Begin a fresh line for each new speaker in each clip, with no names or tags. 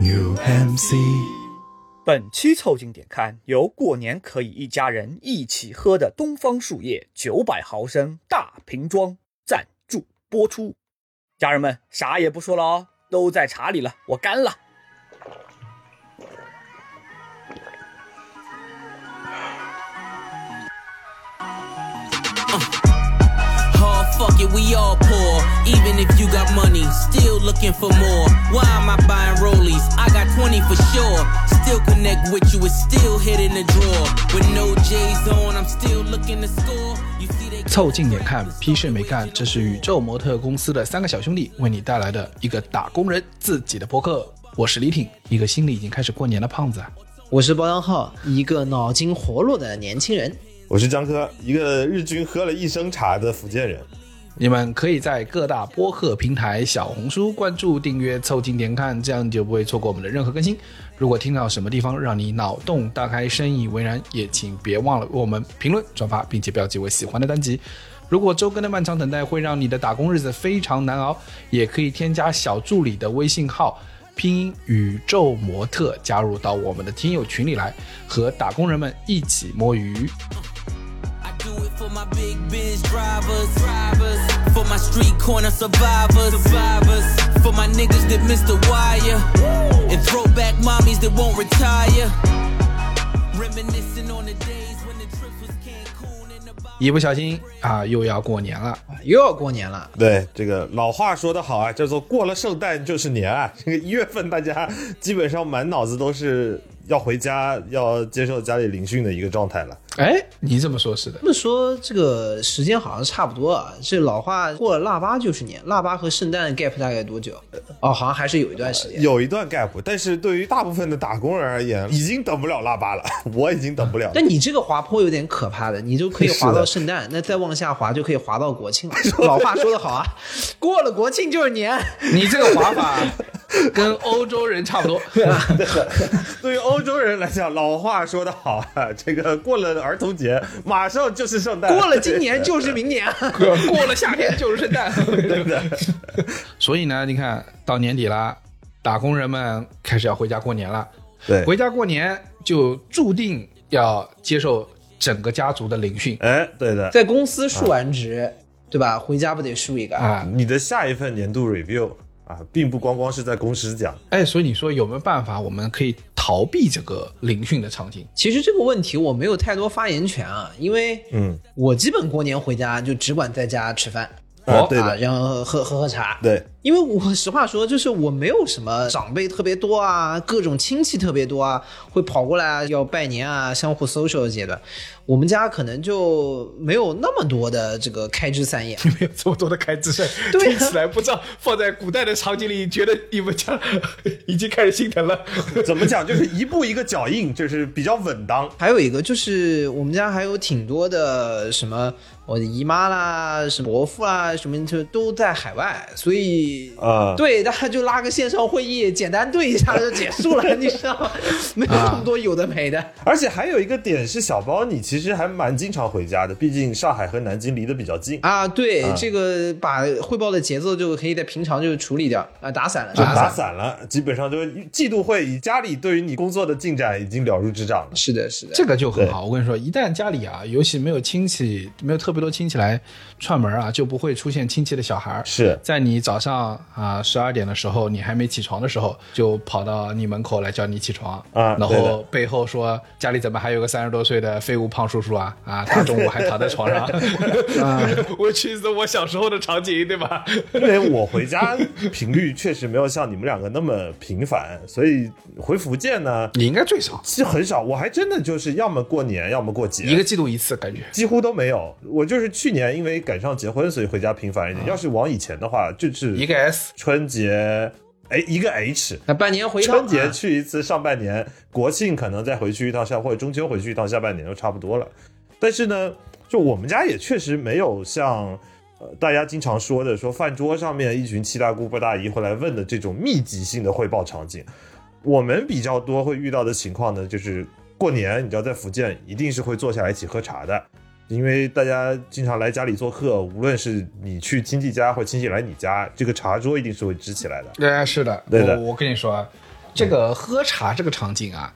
New Hampshire。
本期凑近点看，由过年可以一家人一起喝的东方树叶九百毫升大瓶装赞助播出。家人们，啥也不说了哦，都在茶里了，我干了。
Hard fuck it, we all poor. Even if you got money, still looking for more. Why am I buying rollies? I got 20 for sure. Still connect with you, it's still hit in the drawer. With no J's on, I'm still looking to score. You see they
凑近点看，屁事没干，这是宇宙模特公司的三个小兄弟为你带来的一个打工人自己的播客。我是李挺，一个心里已经开始过年的胖子。啊
我是包江浩，一个脑筋活络的年轻人。
我是张科，一个日均喝了一升茶的福建人。
你们可以在各大播客平台、小红书关注、订阅、凑近点看，这样你就不会错过我们的任何更新。如果听到什么地方让你脑洞大开、深以为然，也请别忘了为我们评论、转发，并且标记为喜欢的单集。如果周更的漫长等待会让你的打工日子非常难熬，也可以添加小助理的微信号，拼音宇宙模特，加入到我们的听友群里来，和打工人们一起摸鱼。
I do it for my big biz drivers, drivers. For my street corner survivors, survivors. For my niggas that missed the wire. And throwback mommies that won't retire. Reminiscing on the days when the trip was Cancun and the
一不小心啊，又要过年了。
啊又要过年了，
对，这个老话说得好啊，叫做过了圣诞就是年啊。这个一月份大家基本上满脑子都是要回家，要接受家里聆讯的一个状态了。
哎，你这么说是的
这，么说这个时间好像差不多啊。这老话过了腊八就是年，腊八和圣诞的 gap 大概多久？哦，好像还是有一段时间。
有一段 gap，但是对于大部分的打工人而言，已经等不了腊八了，我已经等不了了。
但你这个滑坡有点可怕的，你就可以滑
是
到
的
圣诞，那再往下滑就可以滑到国庆了。老话说得好啊，过了国庆就是年。
你这个滑法跟欧洲人差不多。
对于欧洲人来讲，老话说得好啊，这个过了儿童节，马上就是圣诞，
过了今年就是明年，
过过了夏天就是圣诞，对不对？所以呢，你看到年底啦，打工人们开始要回家过年了。
对，
回家过年就注定要接受整个家族的聆讯
哎，对的，
在公司述完职，对吧？回家不得述一个？
啊！
你的下一份年度 review 啊，并不光光是在公司讲，
哎，所以你说有没有办法，我们可以逃避这个聆讯的场景？
其实这个问题我没有太多发言权啊，因为
嗯，
我基本过年回家就只管在家吃饭
啊，对
啊，
的，
然后喝喝喝茶。
对，
因为我实话说，就是我没有什么长辈特别多啊，各种亲戚特别多啊，会跑过来啊要拜年啊，相互 social 的阶段，我们家可能就没有那么多的这个开枝散叶。
你们有这么多的开支税，
对啊
听起来不知道放在古代的场景里，觉得你们家已经开始心疼了。
怎么讲，就是一步一个脚印，就是比较稳当。
还有一个就是我们家还有挺多的什么我的姨妈啦、什么伯父啦、什么就都在海外，所以
啊
对，大家就拉个线上会议，简单对一下就结束了，你知道 吗？没有那么多有的没的。
而且还有一个点是，小包你其实还蛮经常回家的，毕竟上海和南京离得比较近，
啊，对，这个把汇报的节奏就可以在平常就处理掉啊，打散了，
就
打
打散了，基本上就是季度会以家里对于你工作的进展已经了如指掌了。
是的，是的，
这个就很好。我跟你说，一旦家里啊，尤其没有亲戚，没有特别多亲戚来串门啊，就不会出现亲戚的小孩儿。
是
在你早上啊十二点的时候，你还没起床的时候，就跑到你门口来叫你起床
啊
然
对的
后背后说家里怎么还有个三十多岁的废物胖叔叔啊啊，他中午还躺在床 上，啊我去死，我小时候的场景对吧？
因为我回家频率确实没有像你们两个那么频繁，所以回福建呢
你应该最少
是很少。我还真的就是要么过年，要么过节，
一个季度一次，感觉
几乎都没有。我就是去年因为赶上结婚，所以回家频繁一点。要是往以前的话，就是
一个 S。
春节，哎，一个 H。
那半年回一趟
春节
啊
去一次上半年，国庆可能再回去一趟下，或者中秋回去一趟下半年就差不多了。但是呢，就我们家也确实没有像呃大家经常说的，说饭桌上面一群七大姑八大姨会来问的这种密集性的汇报场景。我们比较多会遇到的情况呢，就是过年，你知道在福建一定是会坐下来一起喝茶的，因为大家经常来家里做客，无论是你去亲戚家或亲戚来你家，这个茶桌一定是会支起来的。
对，是的，
对的
我我跟你说啊，这个喝茶这个场景啊，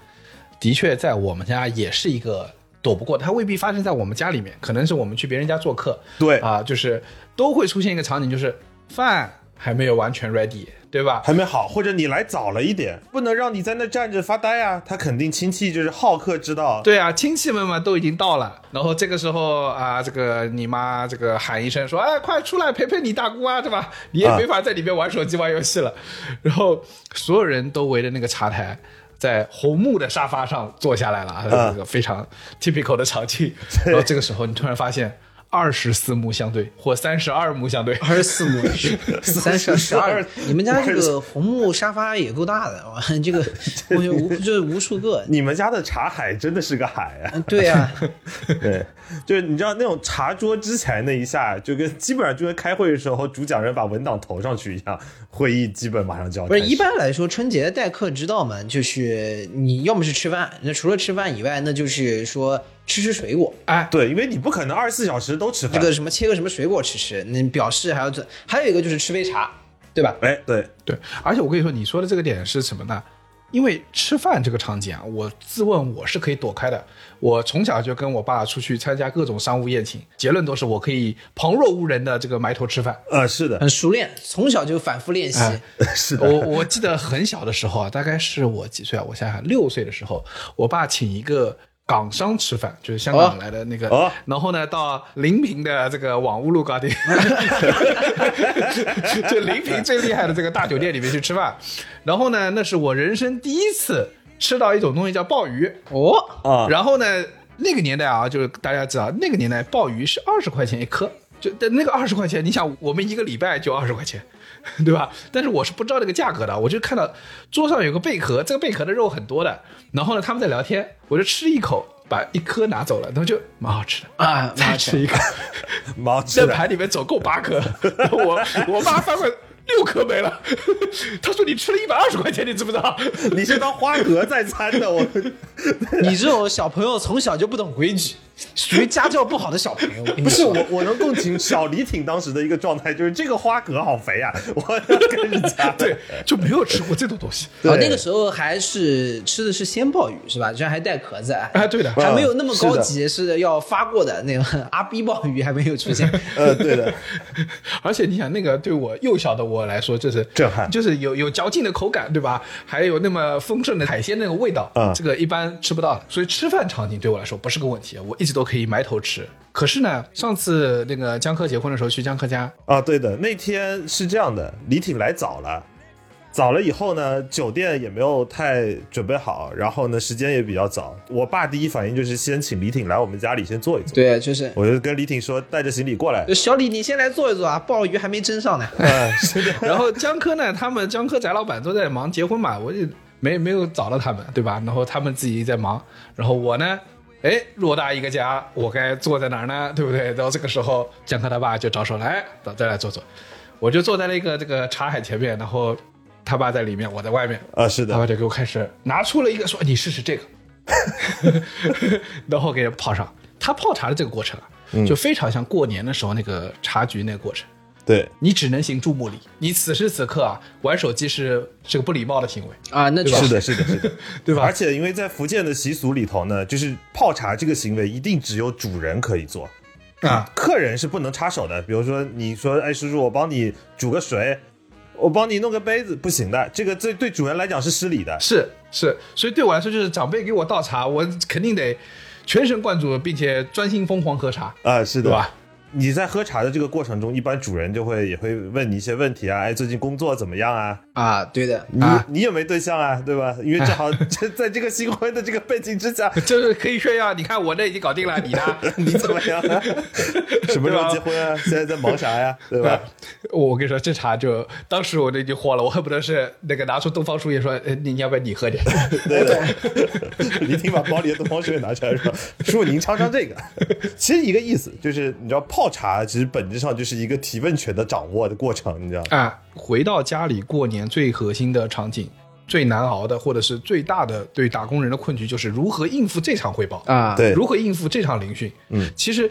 的确在我们家也是一个躲不过，它未必发生在我们家里面，可能是我们去别人家做客，
对
啊、就是都会出现一个场景，就是饭还没有完全 ready，对吧？
还没好，或者你来早了一点，不能让你在那站着发呆啊。他肯定亲戚就是好客之道，
对啊，亲戚们嘛都已经到了，然后这个时候啊，这个你妈这个喊一声说：“哎，快出来陪陪你大姑啊，对吧？”你也
啊
没法在里面玩手机玩游戏了。 然后所有人都围着那个茶台，在红木的沙发上坐下来了，啊、
啊
这个非常 typical 的场景。然后这个时候你突然发现。二十四目相对，或三十二目相对，
二十四亩，三十十二
12。
你们家这个红木沙发也够大的，哇，这个我觉得无就是无数个。
你们家的茶海真的是个海 啊！
嗯 对呀、
对，就是你知道那种茶桌之前那一下，就跟基本上就跟开会的时候主讲人把文档投上去一样，会议基本马上就要
不是
开
一
始
般来说，春节待客之道嘛，就是你要么是吃饭，那除了吃饭以外，那就是说吃吃水果，
哎，
对，因为你不可能二十四小时都吃
这
饭。
个什么切个什么水果吃吃，那表示还要做，还有一个就是吃杯茶，对吧？
哎，对，
对，而且我跟你说，你说的这个点是什么呢？因为吃饭这个场景啊，我自问我是可以躲开的。我从小就跟我爸出去参加各种商务宴请，结论都是我可以旁若无人的这个埋头吃饭。
呃，是 的，
很熟练，从小就反复练习。
哎
是的，
我我记得很小的时候啊，大 概是我几岁啊？我想想，六岁的时候，我爸请一个港商吃饭，就是香港
哦
来的那个，
哦
然后呢到临平的这个网屋路高地， 就临平最厉害的这个大酒店里面去吃饭，然后呢，那是我人生第一次吃到一种东西叫鲍鱼，
哦，
啊，
然后呢，那个年代啊，就是大家知道，那个年代鲍鱼是二十块钱一颗，就但那个二十块钱，你想我们一个礼拜就二十块钱， 对吧？但是我是不知道这个价格的，我就看到桌上有个贝壳，这个贝壳的肉很多的，然后呢他们在聊天，我就吃一口，把一颗拿走了，然后就蛮好吃的。
啊，
再 吃一口，
毛
这
吃的，
盘里面总共八颗，然后我 我妈翻过来六颗没了，她说你吃了一百二十块钱，你知不知道？
你是当花蛤在餐的，我
你这种小朋友从小就不懂规矩，属于家教不好的小朋友。我跟你
不是
说
我，我能共情小李挺当时的一个状态，就是这个花蛤好肥啊，我要跟人家
对，就没有吃过这种东西。
哦，那个时候还是吃的是鲜鲍鱼是吧？居然还带壳子，啊
哎，对的，
还没有那么高级，是要发过的那个 阿 B 鲍鱼还没有 出现。
呃，对的，
而且你想，那个对我幼小的我来说，就是
震撼
就是有有嚼劲的口感，对吧？还有那么丰盛的海鲜那个味道，
嗯
这个一般吃不到的。所以吃饭场景对我来说不是个问题，我一直都可以埋头吃。可是呢，上次那个江科结婚的时候去江科家，
啊，对的，那天是这样的，李挺来早了，早了以后呢，酒店也没有太准备好，然后呢，时间也比较早，我爸第一反应就是先请李挺来我们家里先坐一坐，
对，啊就是
我就跟李挺说带着行李 过来，
小李，你先来坐一坐啊，鲍鱼还没蒸上呢。
嗯，是的，
然后江科呢，他们江科翟老板都在忙结婚嘛，我就没没有找到他们，对吧？然后他们自己在忙，然后我呢，哎，偌大一个家，我该坐在哪儿呢？对不对？然后这个时候，江科他爸就招手来，到再来坐坐，我就坐在了一个这个茶海前面，然后他爸在里面，我在外面，
啊，是
他
的，
爸就给我开始拿出了一个说：“你试试这个。” 然后给人泡上。他泡茶的这个过程啊，就非常像过年的时候那个茶局那个过程。
对，
你只能行注目礼。你此时此刻啊，玩手机是是个不礼貌的行为，
啊，那就是
的，是的，是的，
对吧
而？且因为在福建的习俗里头呢，就是泡茶这个行为一定只有主人可以做，
啊，
客人是不能插手的。比如说，你说，哎，叔叔，我帮你煮个水，我帮你弄个杯子，不行的，这个这对主人来讲是失礼的。
是是，所以对我来说，就是长辈给我倒茶，我肯定得全神贯注，并且专心疯狂喝茶，
啊、是
对
的，
吧？
你在喝茶的这个过程中，一般主人就会也会问你一些问题啊，哎，最近工作怎么样啊？
啊，对的，
你、
啊
你有没有对象啊？对吧？因为正好这在这个新婚的这个背景之下，
就是可以炫耀，你看我这已经搞定了，你呢？
你怎么样、啊？什么时候
对吧
结婚啊？现在在忙啥呀？对吧？
我跟你说，这茶就当时我那就慌了，我恨不得是那个拿出东方树叶说，呃你你要不要你喝点？
对的， 李挺把包里的东方水拿出来说：“ 叔，您尝尝这个。” 其实一个意思，就是你知道泡茶其实本质上就是一个提问权的掌握的过程，你知道吗？
啊，回到家里过年最核心的场景、最难熬的，或者是最大的对打工人的困局，就是如何应付这场汇报
啊
对
如何应付这场聆讯。嗯，其实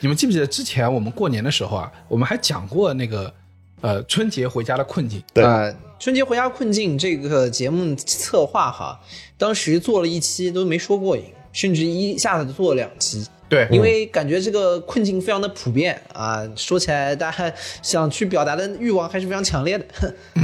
你们记不记得之前我们过年的时候啊，我们还讲过那个呃春节回家的困境。
对
呃，春节回家困境这个节目策划哈，当时做了一期都没说过瘾，甚至一下子做了两期，
对
嗯
因为感觉这个困境非常的普遍啊，说起来大家 想去表达的欲望还是非常强烈的。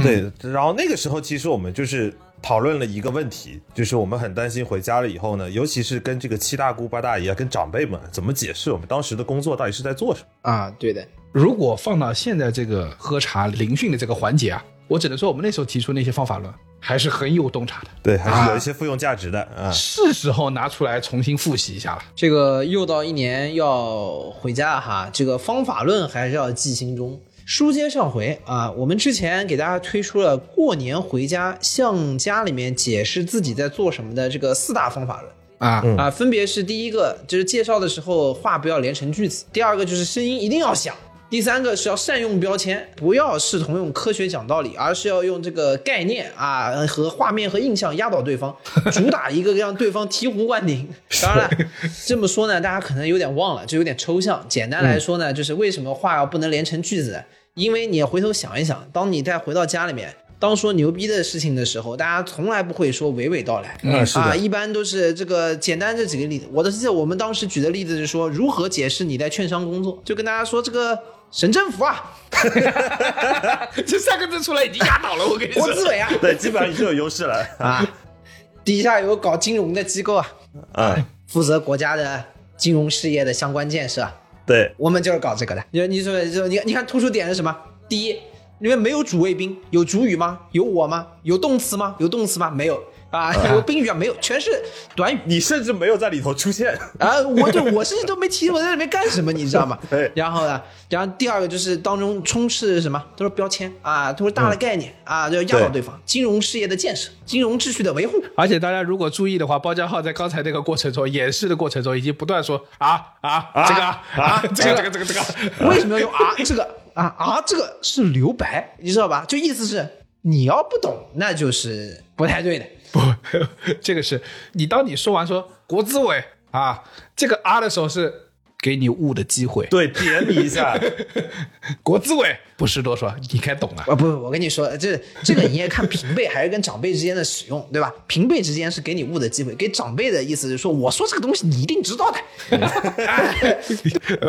对，然后那个时候其实我们就是讨论了一个问题，就是我们很担心回家了以后呢，尤其是跟这个七大姑八大姨啊，跟长辈们怎么解释我们当时的工作到底是在做什么。
啊，对的，
如果放到现在这个喝茶聆讯的这个环节啊，我只能说我们那时候提出那些方法论还是很有洞察的，
对，还是有一些附用价值的啊。
是时候拿出来重新复习一下了。
这个又到一年要回家哈，这个方法论还是要记心中。书接上回啊，我们之前给大家推出了过年回家向家里面解释自己在做什么的这个四大方法论。
啊，
啊，分别是第一个就是介绍的时候话不要连成句子，第二个就是声音一定要响，第三个是要善用标签，不要视同用科学讲道理，而是要用这个概念啊呃和画面和印象压倒对方，主打一个让对方醍醐灌 顶。当然了，这么说呢，大家可能有点忘了，就有点抽象。简单来说呢，就是为什么话要不能连成句子呢？因为你回头想一想，当你再回到家里面。当说牛逼的事情的时候，大家从来不会说娓娓道来，
嗯是的
啊，一般都是这个简单这几个例子。我的记得我们当时举的例子是说如何解释你在券商工作，就跟大家说这个省政府 啊，
这三个字出来已经压倒了我跟你
国资委啊，
对，基本上已经有优势了
啊，底下有搞金融的机构啊，
啊。
负责国家的金融事业的相关建设啊，
对，
我们就是搞这个的。你你说就你你看突出点是什么？第一，里面没有主谓宾，有主语吗？有我吗？有动词吗？有动词吗？没有啊，有宾语啊？没有，全是短语。
你甚至没有在里头出现。
啊，我就我甚至都没提我在里面干什么，你知道吗
对？
然后呢，然后第二个就是当中充斥什么，都是标签啊，都是大的概念、啊，就压倒
嗯
对
对
方。金融事业的建设，金融秩序的维护，
而且大家如果注意的话，包家浩在刚才那个过程中演示的过程中，已经不断说啊啊这个啊啊这个这个这个这个，
为什么要用 啊
嗯
这个啊啊这个是留白，你知道吧？就意思是你要不懂，那就是不太对的。
不，这个是你当你说完说国资委啊这个啊的时候是。给你悟的机会，
对，点你一下，
国资委不是多说，你该 懂了。
啊不，我跟你说，这这个你也看平辈还是跟长辈之间的使用，对吧？平辈之间是给你悟的机会，给长辈的意思是说，我说这个东西你一定知道的，
哎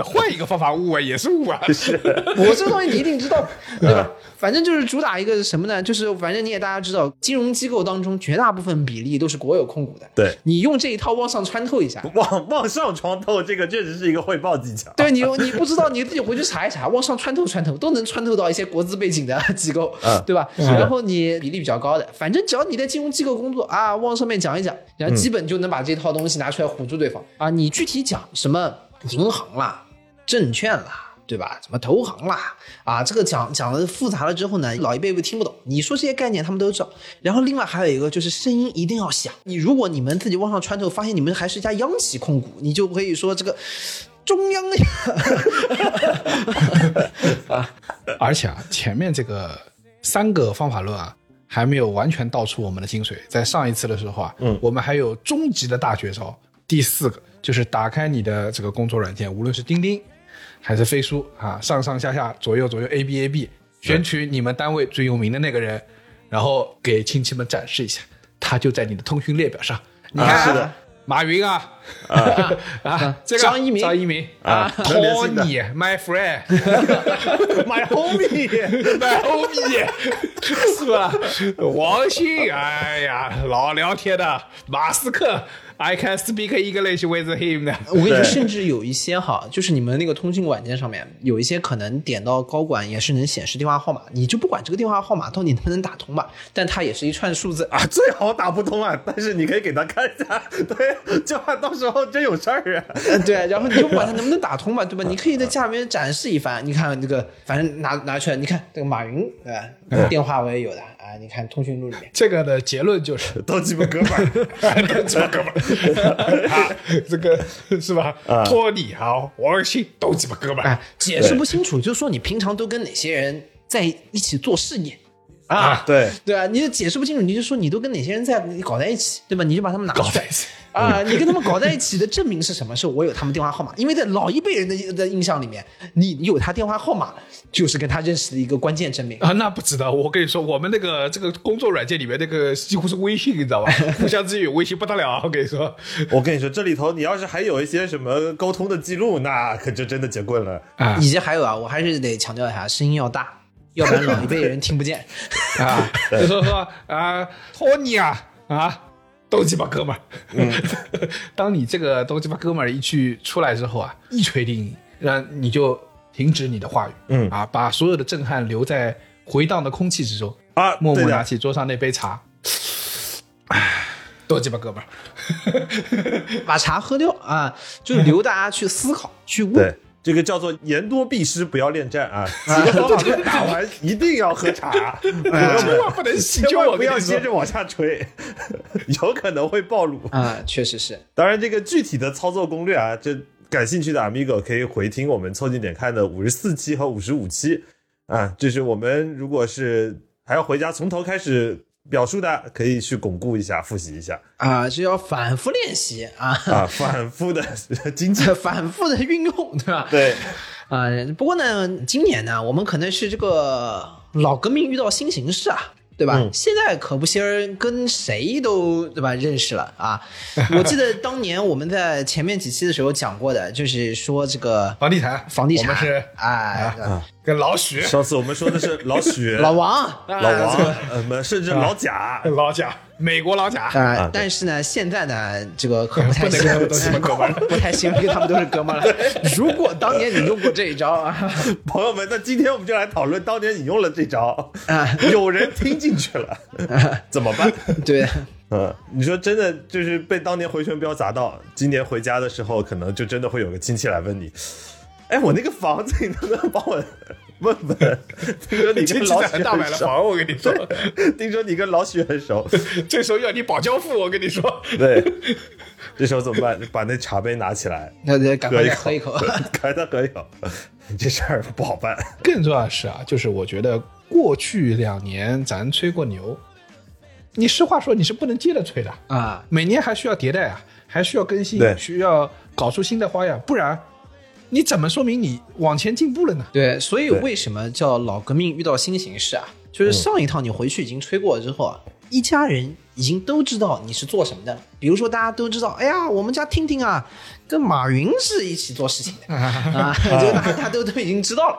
换一个方法悟啊，也是悟啊。
我这东西你一定知道，对吧？反正就是主打一个什么呢？就是反正你也大家知道，金融机构当中绝大部分比例都是国有控股的。
对
你用这一套往上穿透一下，
往往上床透，这个确实是一个汇报技巧。
对你你不知道，你自己回去查一查，往上穿透穿透，都能穿透到一些国资背景的 机构，对吧？然后你比例比较高的，反正只要你在金融机构工作啊，往上面讲一讲，然后基本就能把这套东西拿出来唬住对方、啊。你具体讲什么银行啦、证券啦。对吧？什么投行啦，啊，这个讲讲的复杂了之后呢，老一辈会听不懂。你说这些概念他们都知道。然后另外还有一个就是声音一定要响。你如果你们自己往上穿透，发现你们还是一家央企控股，你就可以说这个中央
而且啊，前面这个三个方法论啊，还没有完全道出我们的精髓。在上一次的时候啊，嗯，我们还有终极的大绝招，第四个就是打开你的这个工作软件，无论是钉钉还是飞书啊，上上下下左右左右 A B A B，选取你们单位最有名的那个人，然后给亲戚们展示一下，他就在你的通讯列表上。你看、
啊是的，
马云啊， 啊，这个
张一鸣
张一鸣
啊 能联系的
Tony，my friend，
买 homie，
买欧米 是吧？王兴，哎呀，老聊天的。马斯克，I can speak English with him 的。
我跟你说，
对
甚至有一些哈，就是你们那个通讯软件上面有一些可能点到高管也是能显示电话号码，你就不管这个电话号码到底能不能打通吧，但它也是一串数字。
啊，最好打不通啊，但是你可以给他看一下，对，就怕到时候真有事儿啊。
呃 对，然后你就不管它能不能打通吧，对吧？你可以在下面展示一番，你看这个，反正拿拿出来，你看这个马云，对
嗯
吧？电话我也有的啊，你看通讯录里面。
这个的结论就是，
都鸡巴哥们 儿，
这么哥们儿，啊， 这个是吧？托尼啊，哎王兴都
啊
鸡巴哥们儿
哎，解释不清楚，就是说你平常都跟哪些人在一起做事业，啊。
对，
对啊，你就解释不清楚，你就说你都跟哪些人在你搞在一起，对吧？你就把他们拿
搞
出
在
来
一起
啊，你跟他们搞在一起的证明是什么？是我有他们电话号码，因为在老一辈人的的印象里面，你你有他电话号码就是跟他认识的一个关键证明。
啊，那不知道。我跟你说，我们那个这个工作软件里面那个几乎是微信，你知道吧？ 互相之间有微信不得了。我跟你说，
我跟你说，这里头你要是还有一些什么沟通的记录，那可就真的结棍了。
啊
以及还有啊，我还是得强调一下，声音要大，要不然老一辈人听不 见。
啊，就说说啊，托尼啊啊，都鸡巴哥们儿。 当你这个都鸡巴哥们儿一去出来之后啊，一锤定音，让你就停止你的话语，
嗯
啊，把所有的震撼留在回荡的空气之中，
啊，
默默
对
拿
的，
起桌上那杯茶， 多鸡巴哥们儿，
把茶喝掉啊，就留大家去思考、去问
对。，这个叫做言多必失，不要恋战啊！几个方法论打完，一定要 喝茶，朋友
千
们
万不能细
哎千
究，
万
我
不
跟
要
你说
接。着往下吹， 有可能会暴露。
啊，确实是。
当然，这个具体的操作攻略啊，这感兴趣的 Amigo 可以回听我们凑近点看的五十四期和五十五期啊。这是我们如果是还要回家从头开始表述的，可以去巩固一下、复习一下
啊，就要反复练习啊，
啊，反复的精进。
反复的运用，对吧？
对，
啊、不过呢，今年呢，我们可能是这个老革命遇到新形势啊。对吧？
嗯
现在可不些儿跟谁都对吧认识了啊！我记得当年我们在前面几期的时候讲过的，就是说这 个
房地产，
房地产，
我们是啊
哎，
跟老许、
上次我们说的是老许、
老王，啊
老王
这个，
呃，不甚至老贾，
老贾、美国老贾，
啊
对，
但是呢，现在呢，这个可不太
不能
行
跟他们 都是哥们儿，
不太行，跟他们都是哥们儿 了。如果当年你用过这一招啊，
朋友们，那今天我们就来讨论当年你用了这招，
啊
有人听进去了，怎么办？
对，
嗯，你说真的，就是被当年回旋镖砸到，今年回家的时候，可能就真的会有个亲戚来问你，哎，我那个房子，你能不能帮我问问？听说你
亲
跟
戚
老
在
许
大买
很
了
熟，
房，我跟你说，
听说你跟老许很熟，
这时候要你保交付，我跟你说，
对，这时候怎么办？把那茶杯拿起来，
那得赶
喝
快
一
再
口，
喝一口。
赶快再喝一口， 这事儿不好办。
更重要的是啊，就是我觉得过去两年咱吹过牛，你实话说你是不能接着吹的，
啊，
每年还需要迭代啊，还需要更新
对，
需要搞出新的花样，不然你怎么说明你往前进步了呢？
对，所以
对
为什么叫老革命遇到新形势啊？就是上一趟你回去已经吹过之后啊，一家人已经都知道你是做什么的。比如说，大家都知道，哎呀，我们家听听啊，跟马云是一起做事情的啊，这个大家都都已经知道了。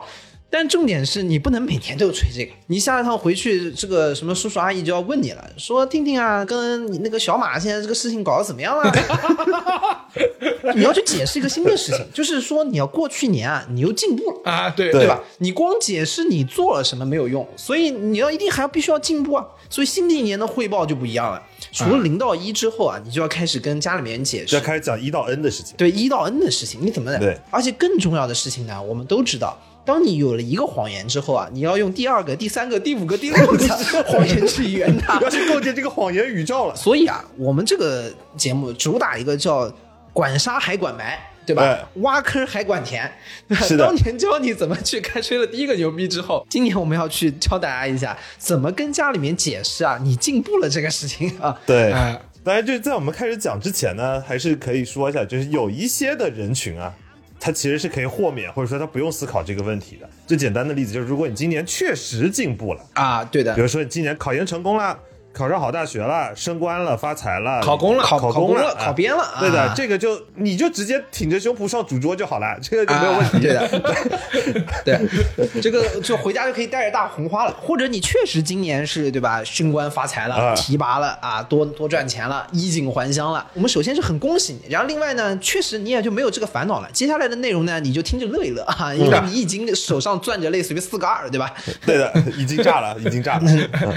但重点是你不能每年都吹这个，你下一趟回去，这个什么叔叔阿姨就要问你了，说听听啊，跟你那个小马现在这个事情搞得怎么样了？啊 你要去解释一个新的事情，就是说你要过去年啊，你又进步了。
啊，对
对
对吧？你光解释你做了什么没有用，所以你要一定还要必须要进步啊。所以新的一年的汇报就不一样了，除了零到一之后啊，你就要开始跟家里面人解
嗯就
释
要，开始讲一到 N 的事情，
对一到 N 的事情你怎么
对
而且更重要的事情呢，我们都知道。当你有了一个谎言之后啊，你要用第二个、第三个、第五个、第六个 谎言去圆它。
要去构建这个谎言宇宙了。
所以啊，我们这个节目主打一个叫“管杀还管埋”，对吧？
哎
挖坑还管 填。
是的
当年教你怎么去开吹了第一个牛逼之后，今年我们要去教大家一下怎么跟家里面解释啊，你进步了这个事情啊。
对，
哎
当然，就是在我们开始讲之前呢，还是可以说一下，就是有一些的人群啊，他其实是可以豁免，或者说他不用思考这个问题的。最简单的例子就是，如果你今年确实进步了，
啊，对的
比，如说你今年考研成功了，考上好大学了，升官了，发财了，
考公了
考
考
公
公了，
啊
考编了啊。
对的，这个就你就直接挺着胸脯上主桌就好了，这个就没有问题。
啊、对 的，对，这个就回家就可以带着大红花了。或者你确实今年是对吧，升官发财了，
啊
提拔了啊，多多赚钱了，衣锦还乡了。我们首先是很恭喜你，然后另外呢，确实你也就没有这个烦恼了。接下来的内容呢，你就听着乐一乐啊，因为你已经手上攥着类似于四个二，对吧？
对的，已经炸了，已经炸了。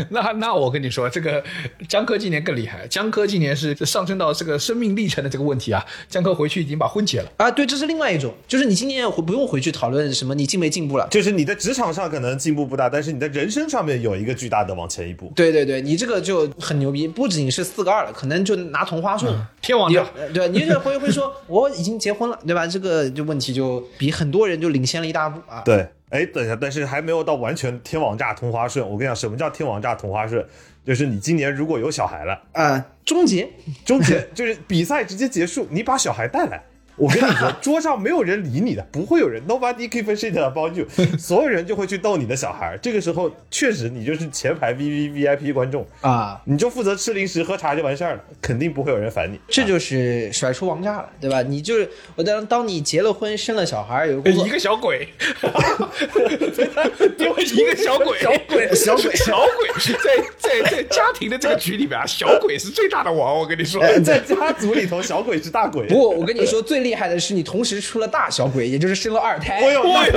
那那我跟你说，这个江科今年更厉害，江科今年是上升到这个生命历程的这个问题啊，江科回去已经把婚结了。
啊，对，这是另外一种，就是你今年也不用回去讨论什么你进没进步了。
就是你在职场上可能进步不大，但是你在人生上面有一个巨大的往前一步。
对对对，你这个就很牛逼，不仅是四个二了，可能就拿同花顺了。
天王
你
庙，
呃对，你就会会说我已经结婚了，对吧？这个就问题就比很多人就领先了一大步啊。
对，哎，等一下，但是还没有到完全天网乍同花顺。我跟你讲，什么叫天网乍同花顺？就是你今年如果有小孩了，
啊，终结
终结就是比赛直接结束，你把小孩带来。我跟你说，桌上没有人理你的，不会有人，nobody give a shit about you，所 有人就会去逗你的小孩。这个时候，确实你就是前排 V V V I P 观众，
啊，
你就负责吃零食喝茶就完事儿了，肯定不会有人烦你。
这就是甩出王炸了，对吧？你就是我当当你结了婚生了小孩，有个工作
哎一个小鬼，丢了一个小鬼，小鬼，
小鬼
小鬼，在在在家庭的这个局里边啊，小鬼是最大的王，我跟你说。
哎在家族里头，小鬼是大鬼。
不过我跟你说，最厉害的是你同时出了大小鬼，也就是生了二胎。
我有，我有，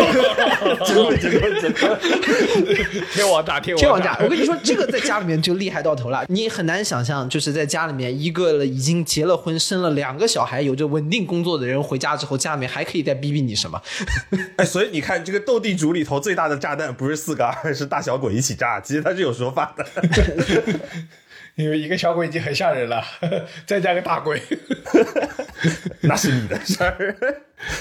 真的真的真的，
天王炸，天
天王炸
炸！！
我跟你说，这个在家里面就厉害到头了。你很难想象，就是在家里面一个已经结了婚、生了两个小孩、有着稳定工作的人，回家之后，家里面还可以再逼逼你什么？
哎，所以你看，这个斗地主里头最大的炸弹不是四个二，是大小鬼一起炸，其实它是有说法的。
因为一个小鬼已经很吓人了， 再加个大鬼，
那是你的事儿。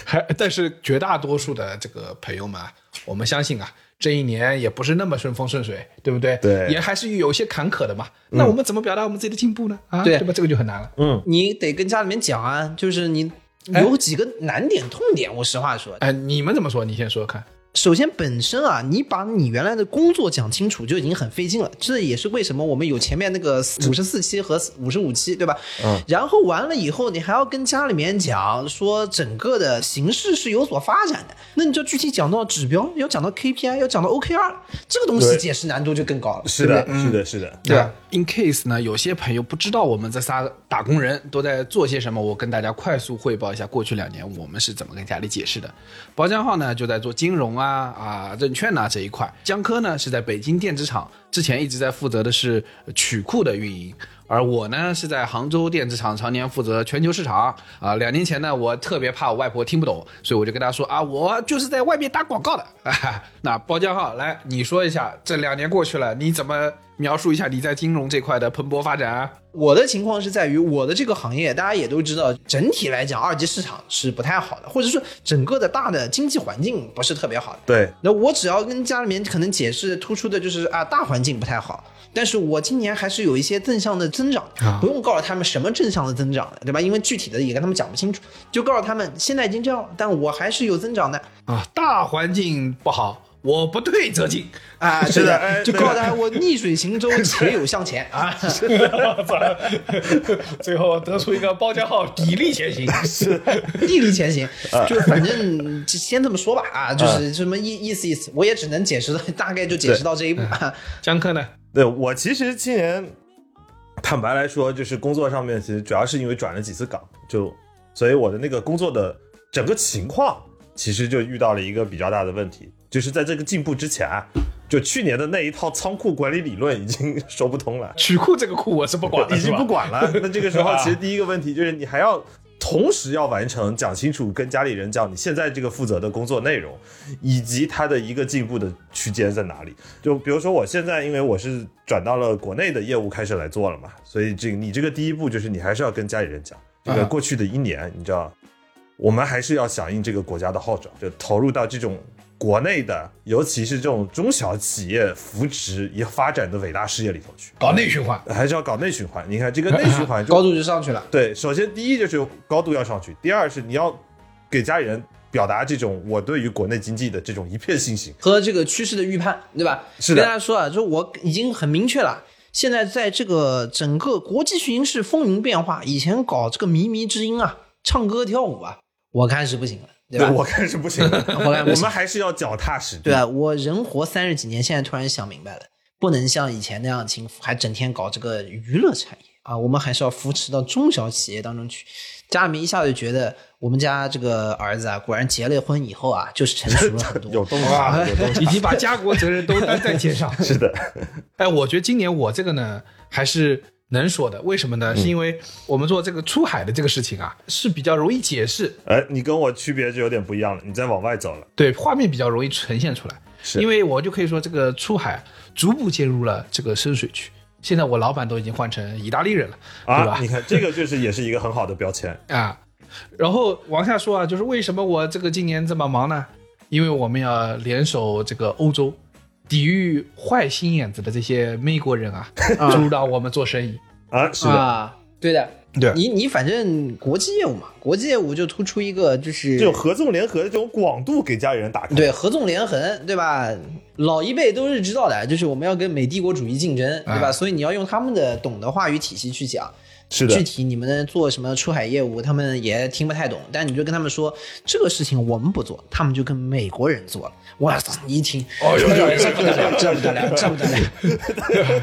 还但是绝大多数的这个朋友们啊，我们相信啊，这一年也不是那么顺风顺水，对不对？
对
也还是有一些坎坷的嘛。那我们怎么表达我们自己的进步呢？啊，
嗯对嗯
吧？这个就很难了。
你得跟家里面讲啊，就是你
哎
有几个难点、痛点。我实话说，
哎，你们怎么说？你先说说看。
首先本身啊，你把你原来的工作讲清楚就已经很费劲了，这也是为什么我们有前面那个五十四期和五十五期，对吧？嗯。然后完了以后，你还要跟家里面讲说整个的形势是有所发展的，那你就具体讲到指标，要讲到 KPI，要讲到 OKR，、这个东西
对
解释难度就更高了，
是
对不
的
对，
是的，是的。
对啊
那 In case 呢，有些朋友不知道我们这仨打工人都在做些什么，我跟大家快速汇报一下过去两年我们是怎么跟家里解释的。包江浩呢就在做金融啊啊证券呐、这一块，江科呢是在北京电子厂，之前一直在负责的是呃曲库的运营。而我呢是在杭州电子厂常年负责全球市场啊。两年前呢，我特别怕我外婆听不懂，所以我就跟她说啊，我就是在外面打广告的。 啊、那包江浩，来你说一下，这两年过去了，你怎么描述一下你在金融这块的蓬勃发展啊？
我的情况是在于我的这个行业，大家也都知道，整体来讲二级市场是不太好的，或者说整个的大的经济环境不是特别好的。
对，
那我只要跟家里面可能解释突出的就是啊，大环境不太好，但是我今年还是有一些正向的增长，
啊
不用告诉他们什么正向的增长的，对吧？因为具体的也跟他们讲不清楚，就告诉他们现在已经这样，了，但我还是有增长的
啊，大环境不好，我不对则进。
啊，
是
对
的 哎
就
对
告诉他我逆水行舟，且有向前 啊。
我操！最后得出一个包江浩砥砺前行。是，
砥砺前行，
啊
就是反正就先这么说吧啊，就是什么意意思意思，我也只能解释的，大概就解释到 这一步。啊
江科呢？
对我其实今年，坦白来说，就是工作上面，其实主要是因为转了几次岗，就所以我的那个工作的整个情况，其实就遇到了一个比较大的问题，就是在这个进步之前啊，就去年的那一套仓库管理理论已经 说不通了，
曲库这个库我是不管了，
已经
是吧啊
不 管了。那这个时候，其实第一个问题就是你还要。同时要完成讲清楚跟家里人讲你现在这个负责的工作内容，以及它的一个进步的区间在哪里。就比如说我现在，因为我是转到了国内的业务开始来做了嘛，所以这个你这个第一步就是你还是要跟家里人讲，这个
啊
过去的一年，你知道，我们还是要响应这个国家的号召，就投入到这种国内的，尤其是这种中小企业扶持与发展的伟大事业里头去，
搞内循 环。
还是要搞内循环。你看这个内循环就
哎高度就上去了，
对，首先第一就是高度要上去，第二是你要给家里人表达这种我对于国内经济的这种一片信心。
和这个趋势的预判，对吧？
是的
跟大家说啊，就我已经很明确了。现在在这个整个国际形势风云变化，以前搞这个靡靡之音啊，唱歌跳舞啊，我看是不行了，对吧？
我看是不行 的，
我看不行
我们还是要脚踏实地。
对啊，我人活三十几年，现在突然想明白了，不能像以前那样轻浮，还整天搞这个娱乐产业啊，我们还是要扶持到中小企业当中去。家里面一下就觉得我们家这个儿子啊，果然结了婚以后啊，就是成熟了很多。
有洞
啊
察，有洞察。
已经把家国责任都担在肩 上。
是的，
哎，我觉得今年我这个呢还是能说的，为什么
嗯
呢？是因为我们做这个出海的这个事情啊，是比较容易解释，
哎，你跟我区别就有点不一样了，你再往外走了。
对画面比较容易呈现出来。
是
因为我就可以说这个出海逐步介 入 了这个深水区。现在我老板都已经换成意大利人了，对吧
啊，？你看这个就是也是一个很好的标签，
啊，然后往下说啊，就是为什么我这个今年这么忙呢？
因为我们要联手这个欧洲，抵御坏心眼子的这些美国人啊，阻挠我们做生意。
啊，是的，
啊，对的，
对
你你反正国际业务嘛，国际业务就突出一个就是
这种合纵联合的这种广度给家里人打开。
对，合纵连横，对吧？老一辈都是知道的，就是我们要跟美帝国主义竞争，对吧？所以你要用他们的懂的话语体系去讲。
哎是的
具体你们做什么出海业务，他们也听不太懂，但你就跟他们说这个事情我们不做，他们就跟美国人做了。哇塞，你一听，
哦呦呦呦
这不得了，这不得了，这不得了，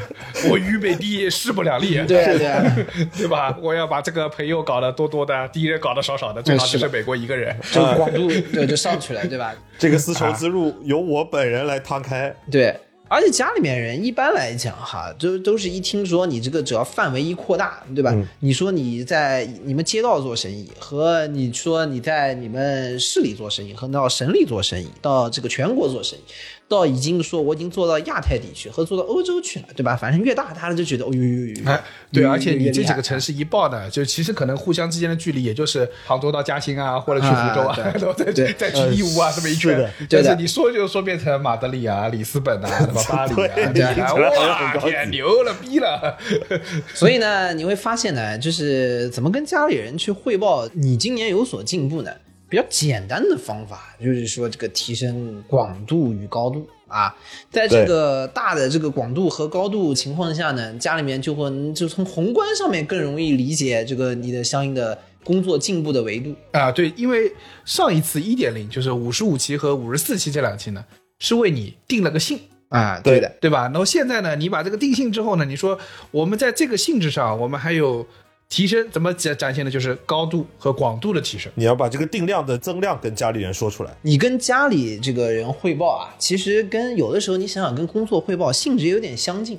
我愚昧地势不两立，
对啊 对啊，
对吧？我要把这个朋友搞得多多的，敌人搞得少少的，最好就是美国一个人。
这个广度对就上去了，对吧？
这个丝绸之路由我本人来趟开。
对，而且家里面人一般来讲哈，就都是一听说你这个只要范围一扩大，对吧？
嗯
你说你在你们街道做生意，和你说你在你们市里做生意，和到省里做生意，到这个全国做生意，到已经说我已经做到亚太地区和做到欧洲去了，对吧？反正越大，大家就觉得哦呦呦呦呦
哎，，对，
越
而且你这几
越厉
个
害啊
城市一报呢，就其实可能互相之间的距离，也就是杭州到嘉兴啊，或者去福州啊，
啊
然后再
对
去再去义乌啊，这么一
是
圈
的。
对
但
的
是你说就说变成马德里啊、里斯本啊、什么巴黎啊，
对
这些
听
啊
起来好像很
哇，
高级
天牛了逼了！
所以呢，你会发现呢，就是怎么跟家里人去汇报你今年有所进步呢？比较简单的方法就是说，这个提升广度与高度啊，在这个大的这个广度和高度情况下呢，家里面就会嗯就从宏观上面更容易理解这个你的相应的工作进步的维度。
啊，对，因为上一次一点零就是五十五期和五十四期这两期呢，是为你定了个性。
啊，
对
的，
对吧？然后现在呢，你把这个定性之后呢，你说我们在这个性质上，我们还有提升，怎么展展现的就是高度和广度的提升。
你要把这个定量的增量跟家里人说出来，
你跟家里这个人汇报啊，其实跟有的时候你想想跟工作汇报性质有点相近，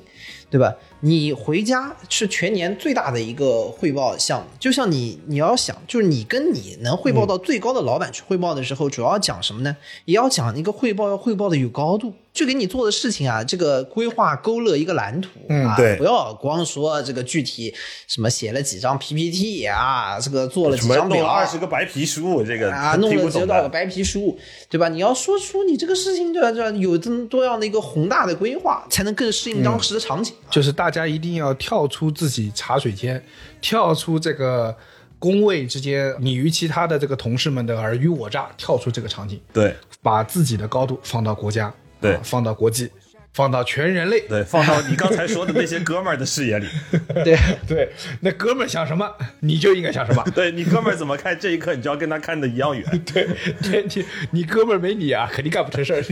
对吧？你回家是全年最大的一个汇报项目，就像你你要想，就是你跟你能汇报到最高的老板去汇报的时候，主要讲什么呢？也要讲一个汇报要汇报的有高度，就给你做的事情啊，这个规划勾勒一个蓝图，
嗯
啊，
对
不要光说这个具体什么写了几张 PPT 啊，这个做了
什
几
么
张
弄
表
了
啊，
二十个白皮书，这个
啊，弄
听不
了几
懂
多少个
的。
白皮书，对吧？你要说出你这个事情，对吧？对吧？有这么多样的一个宏大的规划，才能更适应当时的场景。啊
嗯
就是大家一定要跳出自己茶水间，跳出这个工位之间你与其他的这个同事们的尔虞我诈，跳出这个场景，
对
把自己的高度放到国家，
对
啊放到国际，放到全人类。
对，放到你刚才说的那些哥们儿的视野里，
对，
对，那哥们儿想什么，你就应该想什么。
对你哥们儿怎么看这一刻，你就要跟他看的 一样远。
对，对你你哥们儿没你啊，肯定干不成事儿。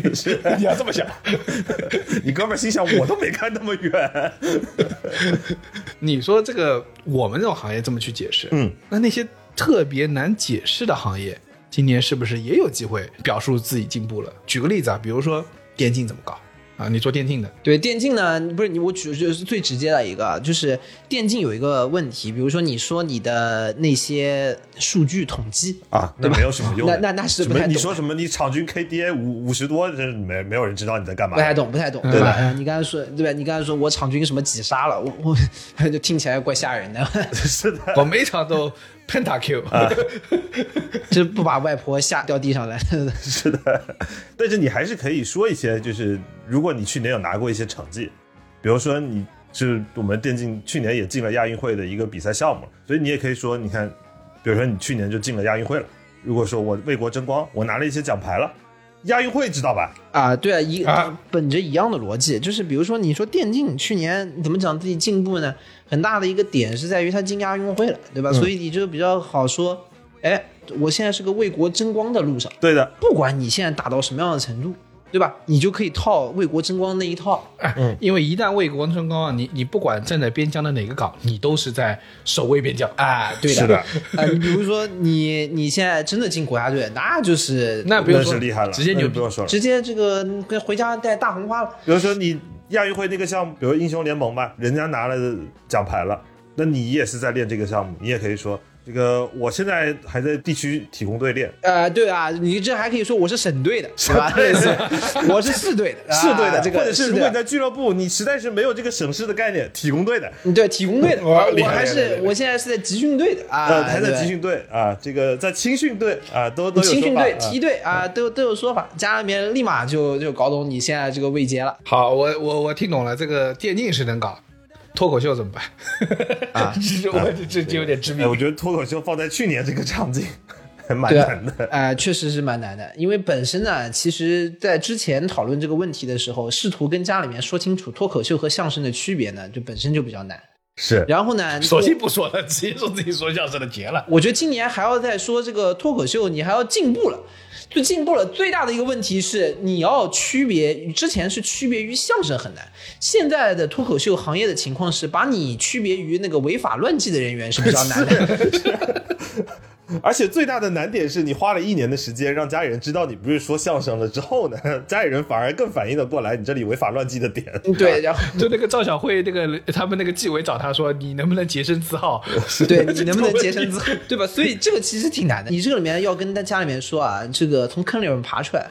你要这么想，
你哥们儿心想，我都没看那么 远。
你说这个我们这种行业这么去解释，
嗯，
那那些特别难解释的行业，今年是不是也有机会表述自己进步了？举个例子啊，比如说电竞怎么搞啊？你做电竞的，
对电竞呢，不是你我举就是最直接的一个，就是电竞有一个问题，比如说你说你的那些数据统计，
啊，那没有什么用
那
的。
那那是
什
不
么？
太
你
懂
说什么？你场均 KDA 五五十多，这没没有人知道你在干嘛
不。太懂，不太懂，
嗯
对啊吧？
对
哎你刚才说对吧？你刚才说我场均什么几杀了，我我 就听起来怪吓人的，
是的，
我每场都 penta Q，、
这不把外婆吓掉地上来。
是的。但是你还是可以说一些，就是如果你去年有拿过一些成绩，比如说你是我们电竞去年也进了亚运会的一个比赛项目，所以你也可以说，你看，比如说你去年就进了亚运会了。如果说我为国争光，我拿了一些奖牌了，亚运会知道吧？
啊，对啊，一
啊
本着一样的逻辑，就是比如说，你说电竞去年怎么讲自己进步呢？很大的一个点是在于它进亚运会了，对
嗯
吧？所以你就比较好说，哎，我现在是个为国争光的路上，
对的，
不管你现在打到什么样的程度，对吧？你就可以套为国争光那一套，
啊因为一旦为国争光啊，你你不管站在边疆的哪个港，你都是在守卫边疆啊。
对的。
是的。
呃，你比如说你你现在真的进国家队，那就是
那不用
那
说
是厉害了，
直接
那
牛
就不
逼。
用说了。
直接这个跟回家带大红花了。
比如说你亚运会那个项目，比如英雄联盟吧，人家拿了奖牌了，那你也是在练这个项目，你也可以说这个我现在还在地区体工队练，
呃，对啊，你这还可以说我是省队的，是吧？类似，我是市队的，
市队的，
啊这个
或者是如果
的
你在俱乐部，你实在是没有这个省市的概念，体工队的，
嗯对体工队的， 我
厉
我
害厉害
还
厉
是
害
我现在是在集训队的啊，
呃，还在
对
集训队啊，这个在青训队啊，都都有
青
说
训
法
队、
啊
梯队啊，都有都有说法，家里面立马就就搞懂你现在这个位阶了。
好，我我我听懂了，这个电竞是能搞，脱口秀怎么办？ 啊，这我这这这有点致
哎，我
命。
觉得脱口秀放在去年这个场景还蛮
对啊
难的。
啊、确实是蛮难的，因为本身呢，其实，在之前讨论这个问题的时候，试图跟家里面说清楚脱口秀和相声的区别呢，就本身就比较难。
是，
然后呢，
索
我
性不说了，直接说自己说相声的结了。
我觉得今年还要再说这个脱口秀，你还要进步了。就进步了，最大的一个问题是，你要区别之前是区别于相声很难，现在的脱口秀行业的情况是，把你区别于那个违法乱纪的人 员是比较难的。
而且最大的难点是你花了一年的时间让家里人知道你不是说相声了之后呢，家里人反而更反应的过来你这里违法乱纪的点。
对，然后
就那个赵小慧，那个他们那个纪委找他说，你能不能洁身自好？
对 你能不能洁身自好，对吧？所以这个其实挺难的。你这个里面要跟大家里面说啊，这个从坑里面爬出来，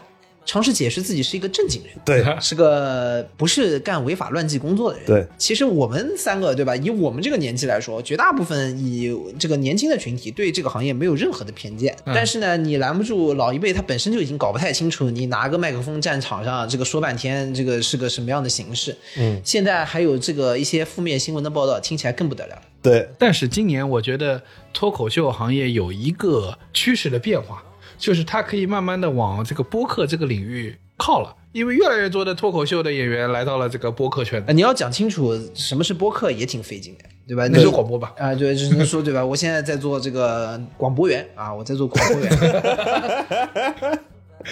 尝试解释自己是一个正经人，
对，
是个不是干违法乱纪工作的人。
对，
其实我们三个对吧？以我们这个年纪来说，绝大部分以这个年轻的群体对这个行业没有任何的偏见。但是呢，你拦不住老一辈，他本身就已经搞不太清楚，你拿个麦克风站场上这个说半天，这个是个什么样的形式。嗯，现在还有这个一些负面新闻的报道，听起来更不得了。
对，
但是今年我觉得脱口秀行业有一个趋势的变化，就是它可以慢慢的往这个播客这个领域靠了，因为越来越多的脱口秀的演员来到了这个播客圈
啊，。你要讲清楚什么是播客也挺费劲的，对吧？
你是广播吧？
啊，对，只能说对吧？我现在在做这个广播员啊，我在做广播员。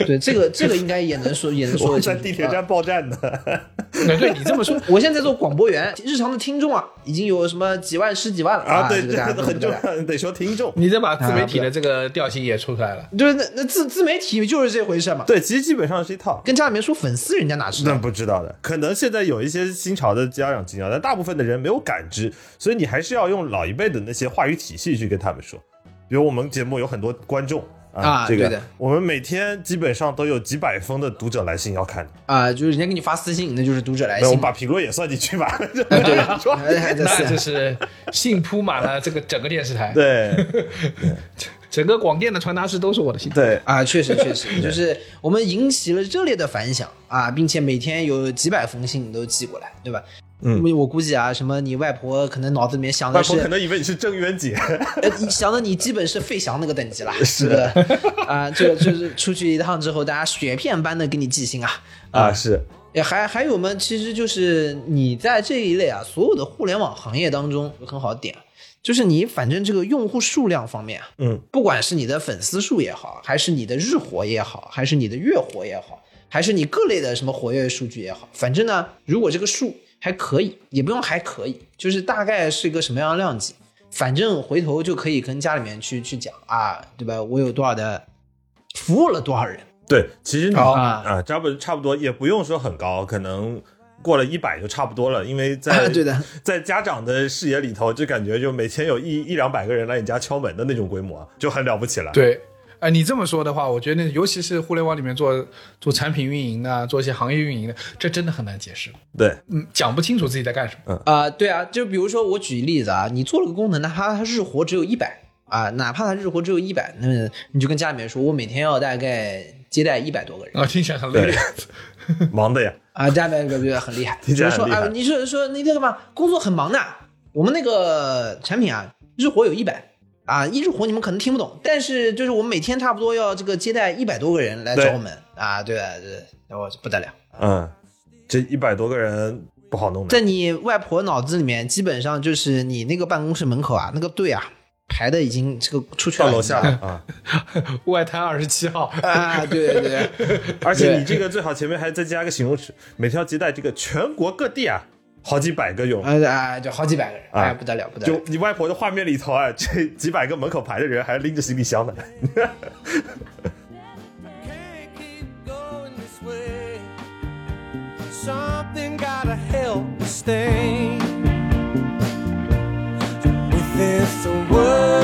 对，这个这个应该也能说，也能 说
我
得清
在
楚
地铁
啊
站报站呢。
那哎对你这 么说，
我现在在做广播员，日常的听众啊，已经有什么几万、十几万了
啊，对，
这
这
个大家都
个很
不得
重
了
要，得说听众。
你再把自媒体
啊
的这个调性也出 来了。
对，那那自自媒体就是这回事嘛。
对，其实基本上是一套。
跟家里面说粉丝，人家哪知
那
道？
不知道的，可能现在有一些新潮的家长经常，但大部分的人没有感知，所以你还是要用老一辈的那些话语体系去跟他们说。比如我们节目有很多观众啊，
啊
这个
对的
我们每天基本上都有几百封的读者来信要看，
啊，就是人家给你发私信，那就是读者来
那
信
我们
嘛。
把评论也算进去吧。
对吧？哎还在
那
私
就
信
是信铺满了这个整个电视台，
对
整个广电的传达室都是我的信。
对，
啊，确实确 实，就是我们引起了热烈的反响啊，并且每天有几百封信都寄过来，对吧？
嗯
我我估计啊，什么你外婆可能脑子里面想
外
的
婆可
是，
能以为你是郑渊洁，
呃，想的你基本是费翔那个等级了， 是的，啊，这个就是出去一趟之后，大家雪片般的给你寄信啊，
啊，是
也还还有嘛，其实就是你在这一类啊，所有的互联网行业当中有很好的点，啊就是你反正这个用户数量方面啊，
嗯，
不管是你的粉丝数也好，还是你的日活也好，还是你的月活也好，还是你各类的什么活跃数据也好，反正呢，如果这个数还可以，也不用还可以，就是大概是一个什么样的量级，反正回头就可以跟家里面去去讲啊，对吧？我有多少的服务了多少人
对，其实你、
好
啊，差不差不多也不用说很高，可能过了一百就差不多了，因为在、
啊 对的，
在家长的视野里头，就感觉就每天有一一两百个人来你家敲门的那种规模，就很了不起了。，
对，哎、你这么说的话，我觉得尤其是互联网里面做做产品运营的，做一些行业运营的，这真的很难解释，
对，
嗯，讲不清楚自己在干什么。
啊、对啊，就比如说我举例子啊，你做了个功能，哪怕它日活只有一百啊，哪怕它日活只有一百，那你就跟家里面说，我每天要大概接待一百多个人。
啊，听起来很累的
对
样子。
忙的呀，
啊，加班个个很厉 害，
听起
只
来
是
很
说
厉害
啊，你是说那那个嘛，工作很忙的。我们那个产品啊，日活有一百啊，一日活你们可能听不懂，但是就是我们每天差不多要这个接待一百多个人来找
对
我们啊，对啊，对，然后不得了。
嗯，这一百多个人不好弄的
在。你外婆脑子里面，基本上就是你那个办公室门口啊，那个队啊排的已经这个出去
到
了，
楼下了
你知
啊！
外滩二十七号，
道吗啊，对对对，
而且你这个最好前面还再加个形容词，每天要接待这个全国各地啊，好几百个用。
啊啊，就好几百个人，
啊
哎，不得了，不得
就
了。
你外婆的画面里头啊，这几百个门口排的人还拎着行李箱呢。
Can't keep going this way. Something gotta help us stay with this world.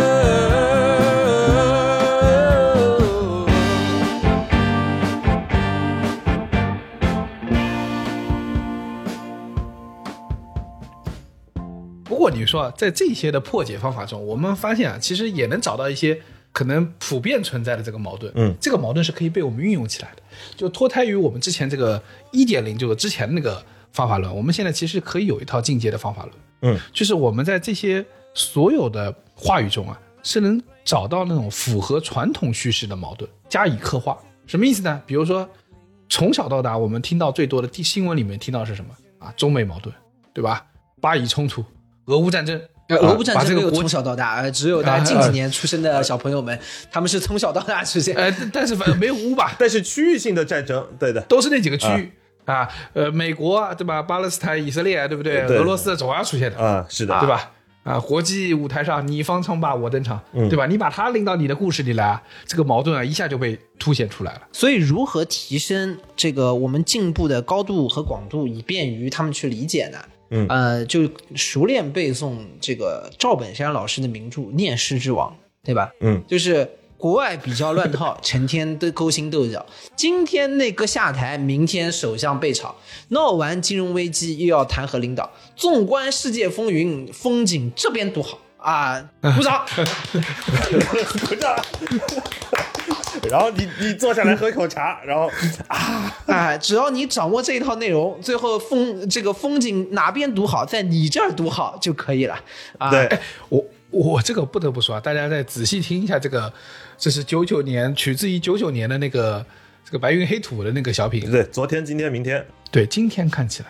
不过你说啊，在这些的破解方法中，我们发现啊，其实也能找到一些可能普遍存在的这个矛盾。
嗯
这个矛盾是可以被我们运用起来的，就脱胎于我们之前这个一点零，就是之前的那个方法论。我们现在其实可以有一套进阶的方法论，
嗯，
就是我们在这些所有的话语中啊，是能找到那种符合传统叙事的矛盾，加以刻画。什么意思呢？比如说，从小到大，我们听到最多的第新闻里面听到是什么啊？中美矛盾，对吧？巴以冲突、俄乌战争，
呃
啊
俄乌战
把
争
这
没
个
有
国
从小到大，呃只
啊
有大 家近几年出生的小朋友们，他们是从小到大出现。
呃，但但是反正没有乌吧，
但是区域性的战争，对的，
都是那几个区域啊呃，美国啊，对吧？巴勒斯坦、以色列，对不对？
对
俄罗斯总要出现的，
啊，是的，
对？吧？啊，国际舞台上你方唱罢我登场，对吧？你把他拎到你的故事里来啊，这个矛盾啊一下就被凸显出来了。
所以，如何提升这个我们进步的高度和广度，以便于他们去理解呢？
嗯
呃，就熟练背诵这个赵本山老师的名著《念诗之王》，对吧？
嗯，
就是国外比较乱套，成天都勾心斗角，今天那个下台，明天首相被炒，闹完金融危机又要弹劾领导，纵观世界风云，风景这边独好啊！鼓 掌。
不是啊 然后你你坐下来喝口茶，然后
哎，只要你掌握这一套内容，最后风这个风景哪边读好，在你这儿读好就可以了。啊，
对，
我我这个不得不说啊，大家再仔细听一下这个，这是九九年取自于九九年的那个这个白云黑土的那个小品，
对，昨天、今天、明天，
对，今天看起来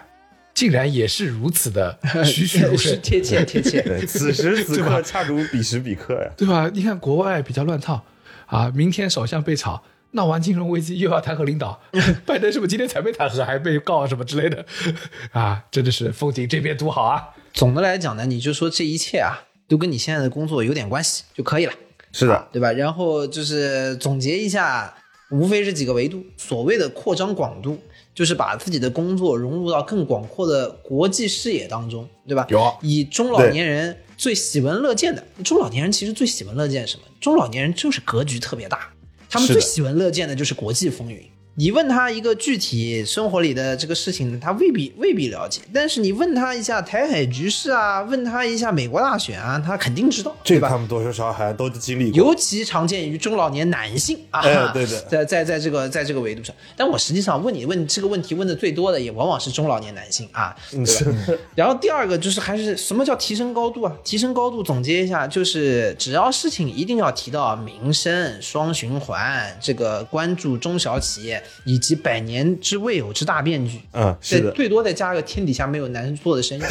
竟然也是如此的栩栩如
是
生，
贴切贴切。
对，此时此
对吧啊
刻恰如彼时彼刻呀。
对吧？你看国外比较乱套啊，明天首相被炒。闹完金融危机又要弹劾领导，拜登是不是今天才被弹劾，还被告什么之类的？ 啊，真的是风景这边独好啊！
总的来讲呢，你就说这一切啊，都跟你现在的工作有点关系就可以了，
是的，
对吧？然后就是总结一下，无非是几个维度，所谓的扩张广度。就是把自己的工作融入到更广阔的国际视野当中，对吧？
有
以中老
啊对
年人最喜闻乐见的，中老年人其实最喜闻乐见什么？中老年人就是格局特别大，他们
是
最
的
喜闻乐见的就是国际风云。你问他一个具体生活里的这个事情，他未必未必了解，但是你问他一下台海局势啊，问他一下美国大选啊，他肯定知道，
这
对
个
吧
他？们多多少少好像都经历过。
尤其常见于中老年男性啊，
哎对的
在在在这个在这个维度上，但我实际上问你问这个问题问的最多的也往往是中老年男性啊，
嗯
对吧？ 然后第二个就是还是什么叫提升高度啊？提升高度总结一下，就是只要事情一定要提到民生、双循环，这个关注中小企业以及百年之未有之大变局。
嗯，是
对
的，
最多再加个天底下没有难做的生 意，啊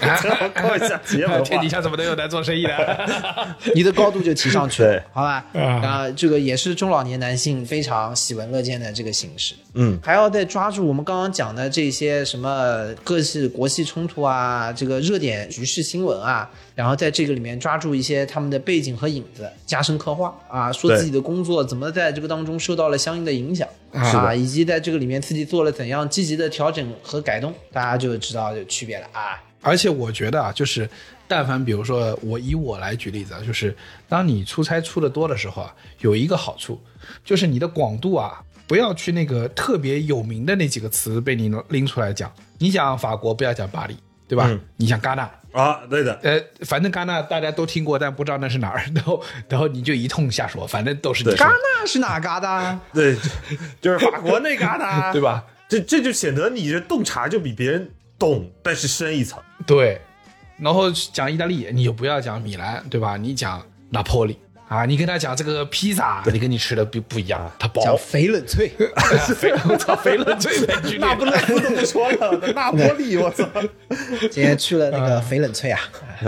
我靠 一下企业文
天底
化，
下怎么能有难做生意的？
你的高度就提上去了
对，
好吧？啊，这个也是中老年男性非常喜闻乐见的这个形式。
嗯，
还要再抓住我们刚刚讲的这些什么各式国际冲突啊，这个热点局势新闻啊，然后在这个里面抓住一些他们的背景和影子，加深刻画啊，说
对
自己的工作怎么在这个当中受到了相应的影响
是
啊，以及在这个里面自己做了怎样积极的调整和改动，大家就知道有区别了啊。
而且我觉得啊，就是但凡比如说我以我来举例子啊，就是当你出差出的多的时候啊，有一个好处，就是你的广度啊，不要去那个特别有名的那几个词被你拎出来讲。你讲法国，不要讲巴黎，对吧？
嗯
你讲戛纳，
啊，对的，
呃，反正戛纳大家都听过，但不知道那是哪儿。然后， 然后你就一通瞎说，反正都是你
对
说
戛
的，
纳是哪嘎达？
对，就是法国那旮瘩，
对？吧？
这这就显得你这洞察就比别人懂，但是深一层。
对，然后讲意大利，你就不要讲米兰，对吧？你讲拿破里啊，你跟他讲这个披萨，你跟你吃的不不一样，它薄，
叫翡冷翠。
肥我操，肥了最难剧烈
那。不勒斯都不说了，那波利，我操，
今天去了那个翡冷翠啊，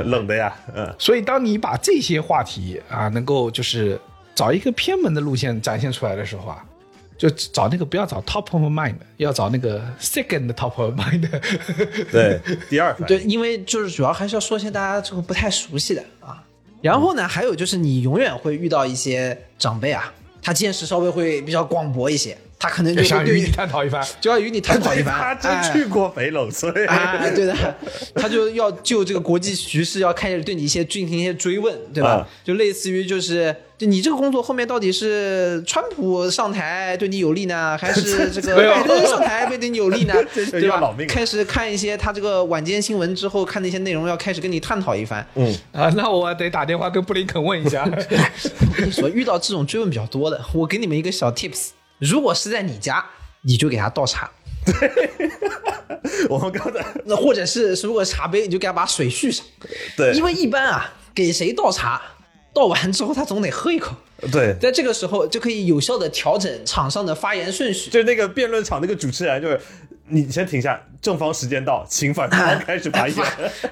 冷的呀，嗯，
所以，当你把这些话题啊，能够就是找一个偏门的路线展现出来的时候啊，就找那个不要找 top of mind，要找那个 second top of mind。
对，第二反应
对，因为就是主要还是要说一些大家这个不太熟悉的啊。然后呢，还有就是你永远会遇到一些长辈啊，他见识稍微会比较广博一些他可能就
就想
会对
与
于
你探讨一番。
就要与你探讨 一番。
他真去过北冷村，
哎哎，对的，他就要就这个国际局势要开始对你一些进行一些追问，对吧？
啊
就类似于就是，就你这个工作后面到底是川普上台对你有利呢，还是这个
没有
拜登上台对你有利呢？
是
对
要老
吧
命？了
开始看一些他这个晚间新闻之后看的一些内容，要开始跟你探讨一番。
嗯，
啊，那我得打电话跟布林肯问一下。
我跟你说，遇到这种追问比较多的，我给你们一个小 tips：如果是在你家，你就给他倒茶。
我们刚才
那或者是如果茶杯，你就给他把水续上。
对
因为一般啊，给谁倒茶，倒完之后他总得喝一口，
对，
在这个时候就可以有效的调整场上的发言顺序。
就是那个辩论场那个主持人，就是你先停下，正方时间到，请反方开始发言。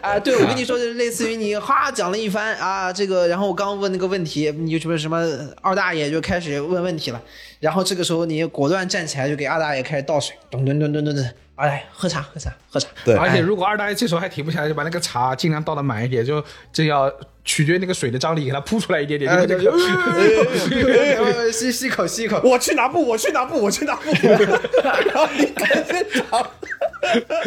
啊，对，我跟你说，就是类似于你哈讲了一番啊，这个，然后我刚问那个问题，你就什么什么二大爷就开始问问题了，然后这个时候你果断站起来，就给二大爷开始倒水，咚咚咚咚咚咚，二大爷喝茶喝茶喝茶，哎
对
而且如果二大爷这时候还停不下来，就把那个茶尽量倒的满一点，就这要取决于那个水的张力，给它扑出来一点点。就跟那 个
哎吸吸口吸口，
我去拿布，我去拿布，我去拿布。然后你看这场，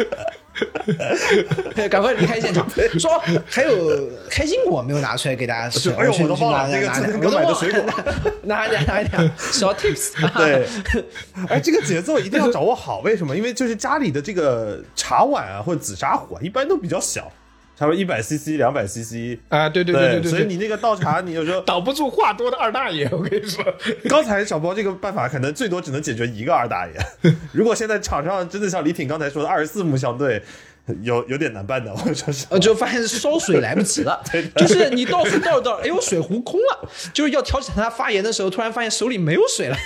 赶快离开现场。说还有开心果没有拿出来给大家吃，
就哎呦
去
我都忘了
拿
那个
拿
昨天
拿
刚买的
我都
水果
忘了 拿一点拿一点，小 tips。
对，哎，这个节奏一定要掌握好。为什么？因为就是家里的这个茶碗啊，或者紫砂壶啊，一般都比较小，差不多一百 CC、两百 CC。
啊，对对对对
所以
对
你那
对，
个倒茶，你有时候
挡不住话多的二大爷，我跟你说。
刚才小包这个办法可能最多只能解决一个二大 爷。如果现在场上真的像李挺刚才说的二十四目相对，有有点难办的，我说是。
呃，就发现烧水来不及 了， 就是你倒水倒着倒着，哎呦，水壶空了，就是要调整他发言的时候，突然发现手里没有水了。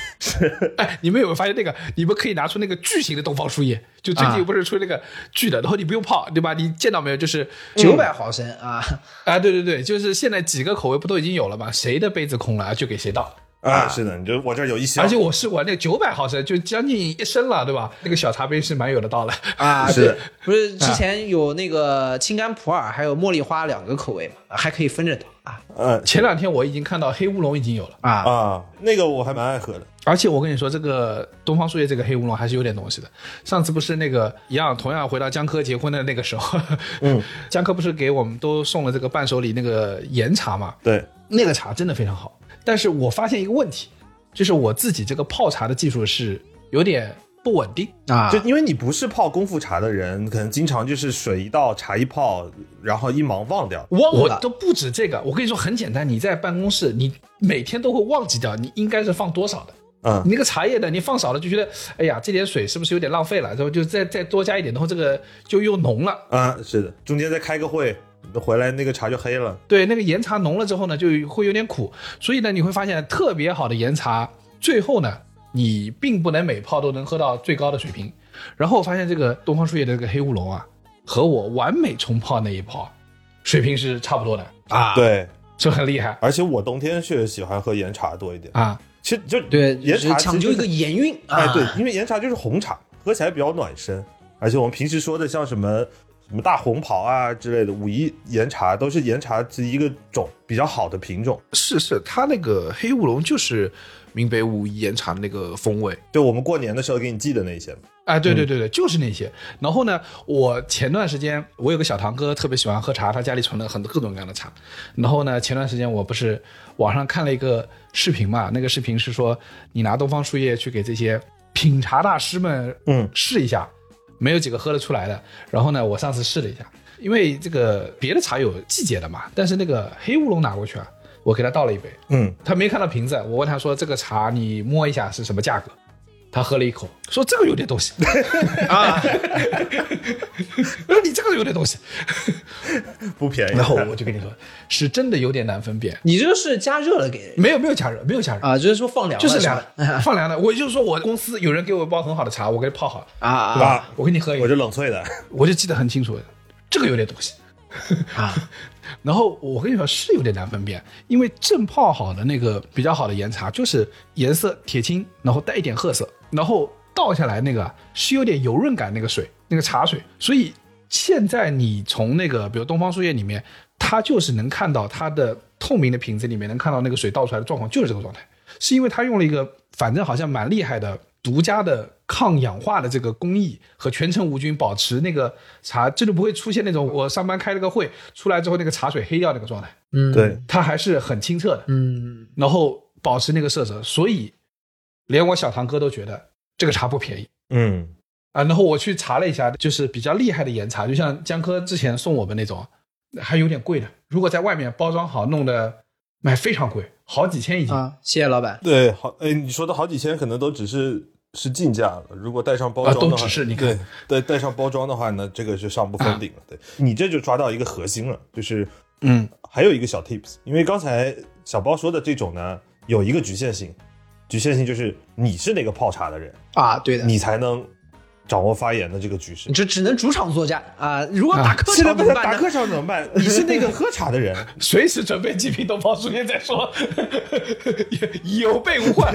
哎，你们有没有发现那个？你们可以拿出那个巨型的东方树叶，就最
啊
近不是出那个巨的，然后你不用泡，对吧？你见到没有？就是
九百毫升啊，
嗯
啊，对对对，就是现在几个口味不都已经有了吗？谁的杯子空了就给谁倒。
啊，是的，你就我这儿有一箱，
而且我试过那个九百毫升，就将近一升了，对吧？那个小茶杯是蛮有的倒了。
啊，
是
对，不是之前有那个青柑普洱还有茉莉花两个口味嘛，还可以分着倒啊
嗯
前两天我已经看到黑乌龙已经有了，
啊
啊，那个我还蛮爱喝的，
而且我跟你说，这个东方树叶这个黑乌龙还是有点东西的。上次不是那个一样，同样回到江科结婚的那个时候，嗯， 江科不是给我们都送了这个伴手礼那个岩茶嘛？
对，
那个茶真的非常好，但是我发现一个问题，就是我自己这个泡茶的技术是有点不稳定。
啊
就因为你不是泡功夫茶的人，可能经常就是水一倒，茶一泡，然后一忙忘掉。
我
忘了
都不止这个，我跟你说很简单，你在办公室，你每天都会忘记掉你应该是放多少的。
嗯
你那个茶叶呢，你放少了就觉得，哎呀，这点水是不是有点浪费了？然后就再再多加一点，然后这个就又浓了。
啊，是的，中间再开个会，回来那个茶就黑了。
对，那个岩茶浓了之后呢，就会有点苦。所以呢，你会发现特别好的岩茶，最后呢，你并不能每泡都能喝到最高的水平。然后我发现这个东方树叶的这个黑乌龙啊，和我完美冲泡那一泡，水平是差不多的，
啊，
对，
这很厉害
而且我冬天确实喜欢喝岩茶多一点。
啊！
其实就
对，
岩
就是
茶
讲
其
究
实
一个盐韵
哎
啊，，
对，因为岩茶就是红茶，喝起来比较暖身，而且我们平时说的像什么什么大红袍啊之类的，武夷岩茶都是岩茶这一个种比较好的品种。
是是，它那个黑乌龙就是闽北武夷岩茶的那个风味。
对我们过年的时候给你寄的那些，
啊，对对对对，就是那些。然后呢，我前段时间我有个小堂哥特别喜欢喝茶，他家里存了很多各种各样的茶。然后呢，前段时间我不是网上看了一个视频嘛，那个视频是说你拿东方树叶去给这些品茶大师们
嗯
试一下，没有几个喝得出来的。然后呢，我上次试了一下，因为这个别的茶有季节的嘛，但是那个黑乌龙拿过去啊，我给他倒了一杯，
嗯，
他没看到瓶子，我问他说这个茶你摸一下是什么价格，他喝了一口，说这个有点 东西啊，说你这个有点东西，
不便宜。
然后 我就跟你说，是真的有点难分辨，
你这是加热了给人
没有没有加热，没有加热。
啊，就是说放凉了
就是
是
凉
吧
的，放凉的。我就说我公司有人给我包很好的茶，我给你泡好了，
啊啊
对
啊
吧？我给你喝一
我
个，
就冷萃的，
我就记得很清楚，这个有点东西。
啊。
然后我跟你说是有点难分辨，因为正泡好的那个比较好的岩茶，就是颜色铁青，然后带一点褐色，然后倒下来那个是有点油润感，那个水，那个茶水。所以现在你从那个比如东方树叶里面，它就是能看到它的透明的瓶子里面能看到那个水倒出来的状况，就是这个状态，是因为它用了一个反正好像蛮厉害的
独家的抗氧化的这个工艺和全程无菌，保持那个茶，这就不会出现那种我上班开了个会出来之后那个茶水黑掉那个状态，
嗯，
对，
它还是很清澈的，
嗯，
然后保持那个色泽，所以连我小堂哥都觉得这个茶不便宜。
嗯
啊，然后我 去查了一下，就是比较厉害的岩茶，就像江科之前送我们那种，还有点贵的。如果在外面包装好弄的，买非常贵，好几千一斤。
啊，谢谢老板。
对，好，哎，你说的好几千可能都只是是进价了，如果带上包装的
啊都
话，
只是你看
对对，带上包装的话呢，这个是上不封顶了。对你这就抓到一个核心了，就是
嗯，
还有一个小 tips，因为刚才小包说的这种呢，有一个局限性，局限性就是你是那个泡茶的人，
啊，对的，
你才能掌握发言的这个局势
你。这只能主场作战啊！如果打客
现在
场
不
怎
能
么办
打
呢
客场怎么办？你是那个喝茶的人，
随时准备几瓶东方树叶再说， 有备无患。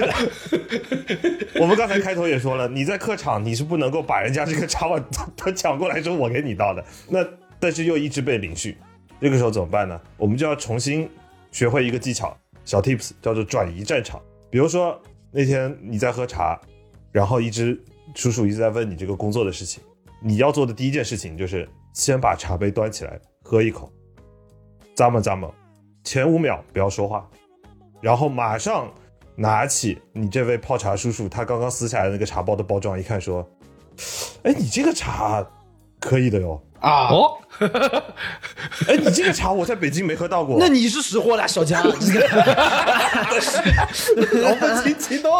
我们刚才开头也说了，你在客场你是不能够把人家这个茶碗 他他抢过来说我给你倒的，那但是又一直被领续，这个时候怎么办呢？我们就要重新学会一个技巧，小 tips 叫做转移战场。比如说那天你在喝茶，然后一直叔叔一直在问你这个工作的事情，你要做的第一件事情就是先把茶杯端起来喝一口，咂摸咂摸，前五秒不要说话，然后马上拿起你这位泡茶叔叔他刚刚撕下来的那个茶包的包装，一看说：“哎，你这个茶可以的哟，
啊？
哦，
哎，你这个茶我在北京没喝到过。”
那你是识货的，小江， 这个
老不起启动，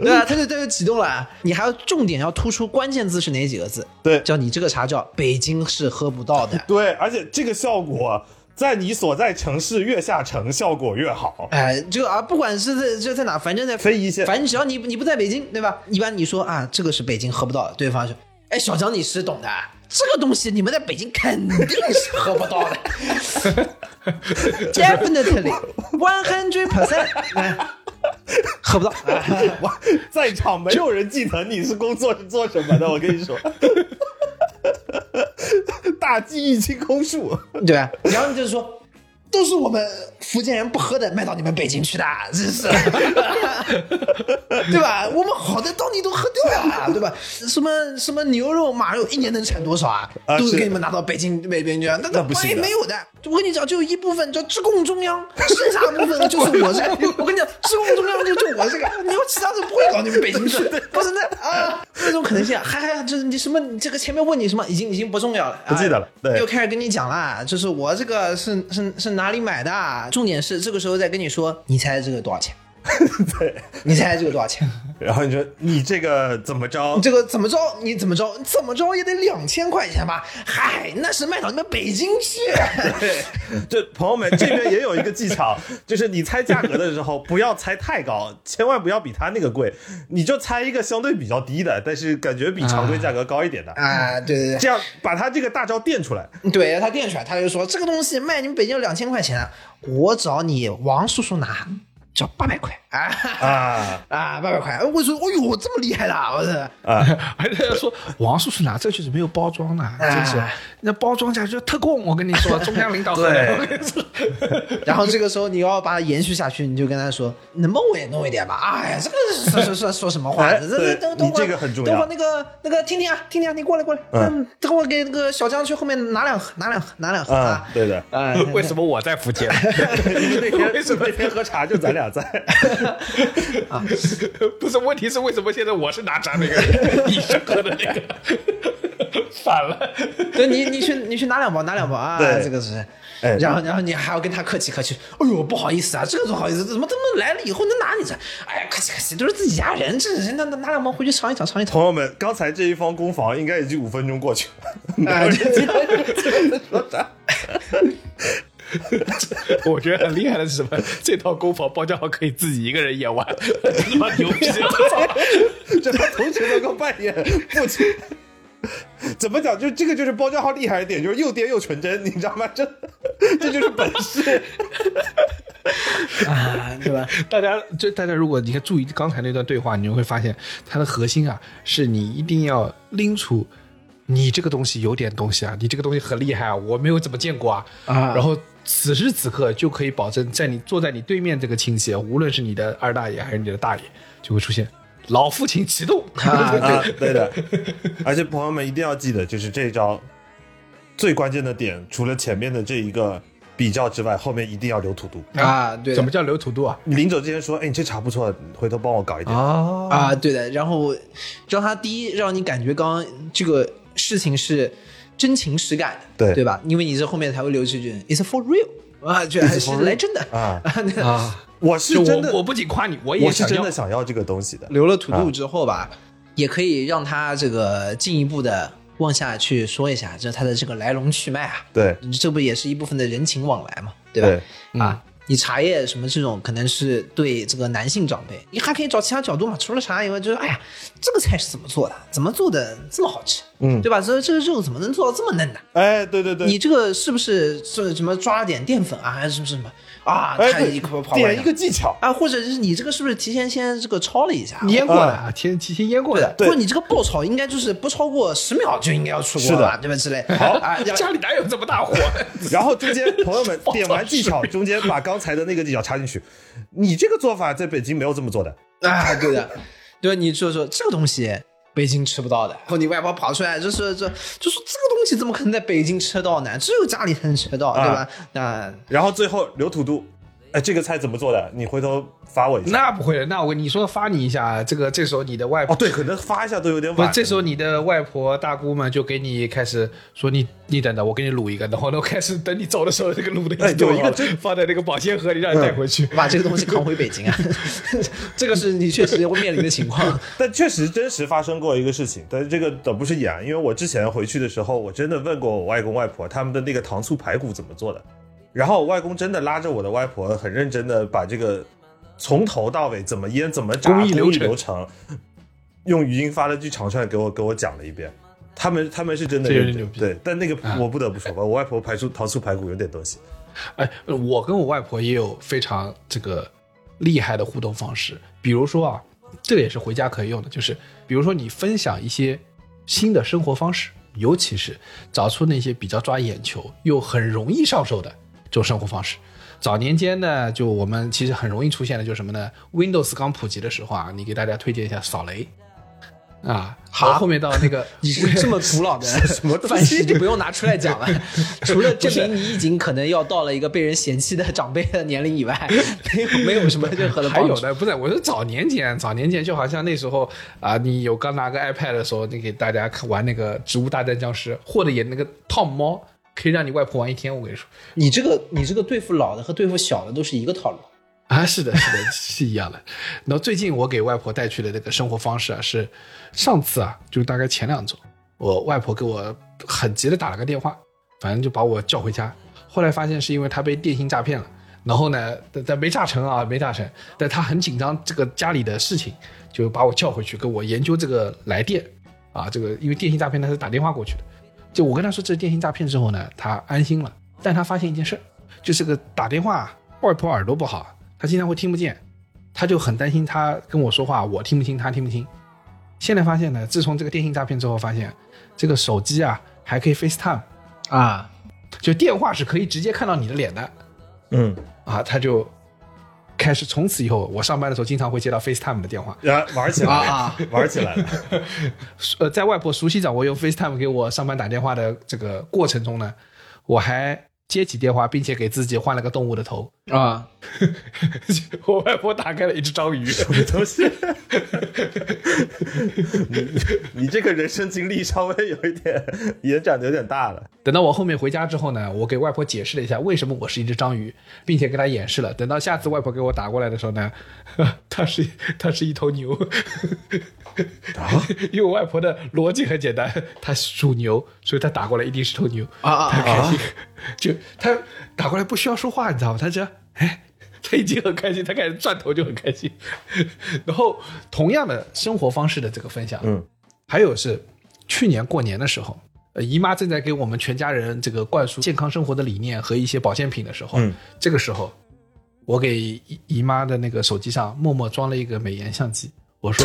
对啊，他就他就启动了。你还要重点要突出关键字是哪几个字？
对
叫你这个茶叫北京是喝不到的。
对，而且这个效果在你所在城市越下沉，效果越好。
哎，这个啊，不管是在这在哪，反正在
非遗县
反正只要你你不在北京，对吧？一般你说啊，这个是北京喝不到的，对方就，哎，小江你是懂的，这个东西你们在北京肯定是喝不到的 ，definitely one hundred percent，喝不到。哎
哇，在场没有人记得你是工作是做什么的，我跟你说， 大记忆清空术。
对吧？然后就是说，都是我们福建人不喝的，卖到你们北京去的，啊 真是，对吧？我们好的到你都喝掉了，啊 对吧？什么什么牛肉马肉，一年能产多少啊？
啊
都是
是
给你们拿到北京北边去啊，那那
不行的
没有的。我跟你讲，就一部分叫致供中央，剩下的部分就是我这个。 我跟你讲，致供中央就就我这个，你们其他的不会搞你们北京 去，不是那啊那种可能性啊，还还就是你什么，你这个前面问你什么，已经已经不重要了，
不记得了
哎
对
又开始跟你讲啦，就是我这个是是是哪里买的啊、重点是这个时候再跟你说，你猜这个多少钱？
对，
你猜这个多少钱？
然后你说你这个怎么着
你？这个怎么着？你怎么着？你怎么着也得两千块钱吧？嗨，那是卖到你们北京 去。
这朋友们这边也有一个技巧， 就是你猜价格的时候不要猜太高，千万不要比他那个贵，你就猜一个相对比较低的，但是感觉比常规价格高一点的，
啊，对对
这样把他这个大招垫出来。
对，对他店出来，他就说这个东西卖你们北京两千块钱，啊我找你王叔叔拿，找八百块啊
啊
啊，八百块。我说，哎呦，这么厉害的啊，我说。
还在说王叔叔拿这就是没有包装的，啊真是
哎
那包装下去就特供。我跟你 说，中央领导喝的。我 跟你说
然后这个时候你要把它延续下去，你就跟他说，能帮我也弄一点吧？哎呀，这个说说说说什么话？
哎
这这
对
等等
你
会儿，
这个很重要
等会儿那个那个听听啊，听听啊，你过来过来，
嗯，
等会儿给那个小江去后面拿两盒，拿两盒，拿两盒
啊
啊，。
对的，
哎，
为什么我在福建？
那 天那天喝茶就咱俩在，
啊 不是，问题是为什么现在我是拿咱那 个，你是喝的那个， 反了。
对你你去你去拿两包，拿两包啊，
对
这个是。
哎
然后，然后你还要跟他客气客气。哎呦，不好意思啊，这个不好意思，怎么他们来了以后能拿你这？哎呀，客气客气，都是自己家人，这人那那拿两包回去尝一尝，尝一尝。
朋友们，刚才这一方攻防应该已经五分钟过去了，
啊，对，
我觉得很厉害的是什么？这套攻防包浆号可以自己一个人演完，他妈牛逼！
这同学能够扮演父亲。怎么讲？就这个就是包浆号厉害一点，就是又颠又纯真，你知道吗？这这就是本事。
啊，对吧？
大家就大家如果你看注意刚才那段对话，你就会发现它的核心啊，是你一定要拎出你这个东西有点东西啊，你这个东西很厉害啊，我没有怎么见过啊。
啊
然后此时此刻就可以保证，在你坐在你对面这个亲戚，无论是你的二大爷还是你的大爷，就会出现老父亲启动。
啊，对的。而且朋友们一定要记得，就是这一招最关键的点，除了前面的这一个比较之外，后面一定要留土度。
啊，对
怎
的
么叫留土豆啊？
临走之前说，哎，你这茶不错，回头帮我搞一点。
啊
啊，对的。然后让他第一让你感觉刚刚这个事情是真情实感的，
对
对吧？因为你这后面才会留这句 “It's for real” 啊，这还是
for real
来真的
啊
那
啊！
我是
就
真的，
我我不仅夸你，我
我
也
是
想
真
要
的想要这个东西的。
留了土度之后
啊
吧，也可以让他这个进一步的往下去说一下，这他的这个来龙去脉啊，
对，
这不也是一部分的人情往来嘛，对吧？
对，嗯
啊，你茶叶什么这种，可能是对这个男性长辈，你还可以找其他角度嘛。除了茶以外，就是哎呀，这个菜是怎么做的？怎么做的这么好吃？
嗯
对吧？这这个肉怎么能做到这么嫩呢、
哎，对对对，
你这个是不是是什么抓了点淀粉啊，还是什么什么啊？
哎
他一口跑
对，
完
点
了
一个技巧，
啊，或者是你这个是不是提前先这个焯了一下？
腌过
啊
的，提前提前腌过
对的
的，，
嗯对
或者你这个爆炒应该就是不超过十秒就应该要出锅
是
了
的
吧，对吧？之类好啊，要
家里哪有这么大火？
然后中间朋友们点完技巧，中间把刚才的那个技巧插进去。你这个做法在北京没有这么做的，
啊，对的，对，你就说这个东西北京吃不到的，然后你外婆跑出来就是这就说这个东西怎么可能在北京吃到呢？只有家里才能吃到，对吧？那
然后最后留土度。哎，这个菜怎么做的？你回头发我一下。
那不会的，那我你说发你一下，这个这时候你的外婆
哦，对，可能发一下都有点
不
晚。
是，这时候你的外婆大姑们就给你开始说你你等等，我给你卤一个，然后呢开始等你走的时候，这个卤的
哎有一个嗯
真放在那个保鲜盒里让你带回去。
把这个东西扛回北京啊， 这个是你确实会面临的情况。
但确实真实发生过一个事情，但是这个倒不是演啊，因为我之前回去的时候，我真的问过我外公外婆他们的那个糖醋排骨怎么做的，然后我外公真的拉着我的外婆，很认真的把这个从头到尾怎么腌、怎么炸、
工艺流程
工程用语音发了句长串给我给我讲了一遍。他们他们是真的
这有点
认真
牛逼啊
对，但那个我不得不说吧，我外婆排出糖醋排骨有点东西。
哎，我跟我外婆也有非常这个厉害的互动方式，比如说啊，这个也是回家可以用的，就是比如说你分享一些新的生活方式，尤其是找出那些比较抓眼球又很容易上手的这种生活方式。早年间呢，就我们其实很容易出现的就是什么呢？Windows 刚普及的时候啊，你给大家推荐一下扫雷啊，好，后面到那个
你是这么古老的什么东西就不用拿出来 讲了，除了证明你已经可能要到了一个被人嫌弃的长辈的年龄以外，没有没有什么任何的
还
帮助
有。呢，不是，我是早年间，早年间就好像那时候啊，你有刚拿个 iPad 的时候，你给大家看玩那个《植物大战僵尸》，或者演那个烫猫，可以让你外婆玩一天。我跟你说，
你这个你这个对付老的和对付小的都是一个套路。
啊，是的，是的，是一样的。然后最近我给外婆带去的那个生活方式啊，是上次啊，就大概前两周，我外婆给我很急的打了个电话，反正就把我叫回家。后来发现是因为她被电信诈骗了，然后呢，但但没诈成啊，没诈成。但她很紧张这个家里的事情，就把我叫回去跟我研究这个来电啊，这个因为电信诈骗她是打电话过去的。就我跟她说这是电信诈骗之后呢，她安心了，但她发现一件事儿，就是个打电话，外婆耳朵不好，她经常会听不见，她就很担心她跟我说话我听不清，她听不清。现在发现呢，自从这个电信诈骗之后，发现这个手机啊还可以 FaceTime，
啊，
就电话是可以直接看到你的脸的
嗯，
啊，她就开始从此以后，我上班的时候经常会接到 FaceTime 的电话，
然后玩起来了，
啊啊
玩起来了。
呃，在外婆熟悉掌握用 FaceTime 给我上班打电话的这个过程中呢，我还接起电话，并且给自己换了个动物的头。
啊，
我外婆打开了一只章鱼，
都是 你，你这个人生经历稍微有一点延展的有点大了。
等到我后面回家之后呢，我给外婆解释了一下为什么我是一只章鱼，并且给她演示了。等到下次外婆给我打过来的时候呢， 她是她是一头牛，因为我外婆的逻辑很简单，她属牛，所以她打过来一定是头牛
啊啊
她开心，就她打过来不需要说话，你知道吗？她只要哎。她已经很开心，她开始转头就很开心。 然后，同样的生活方式的这个分享，
嗯，
还有是去年过年的时候，呃，姨妈正在给我们全家人这个灌输健康生活的理念和一些保健品的时候，
嗯
这个时候，我给姨姨妈的那个手机上默默装了一个美颜相机，我 说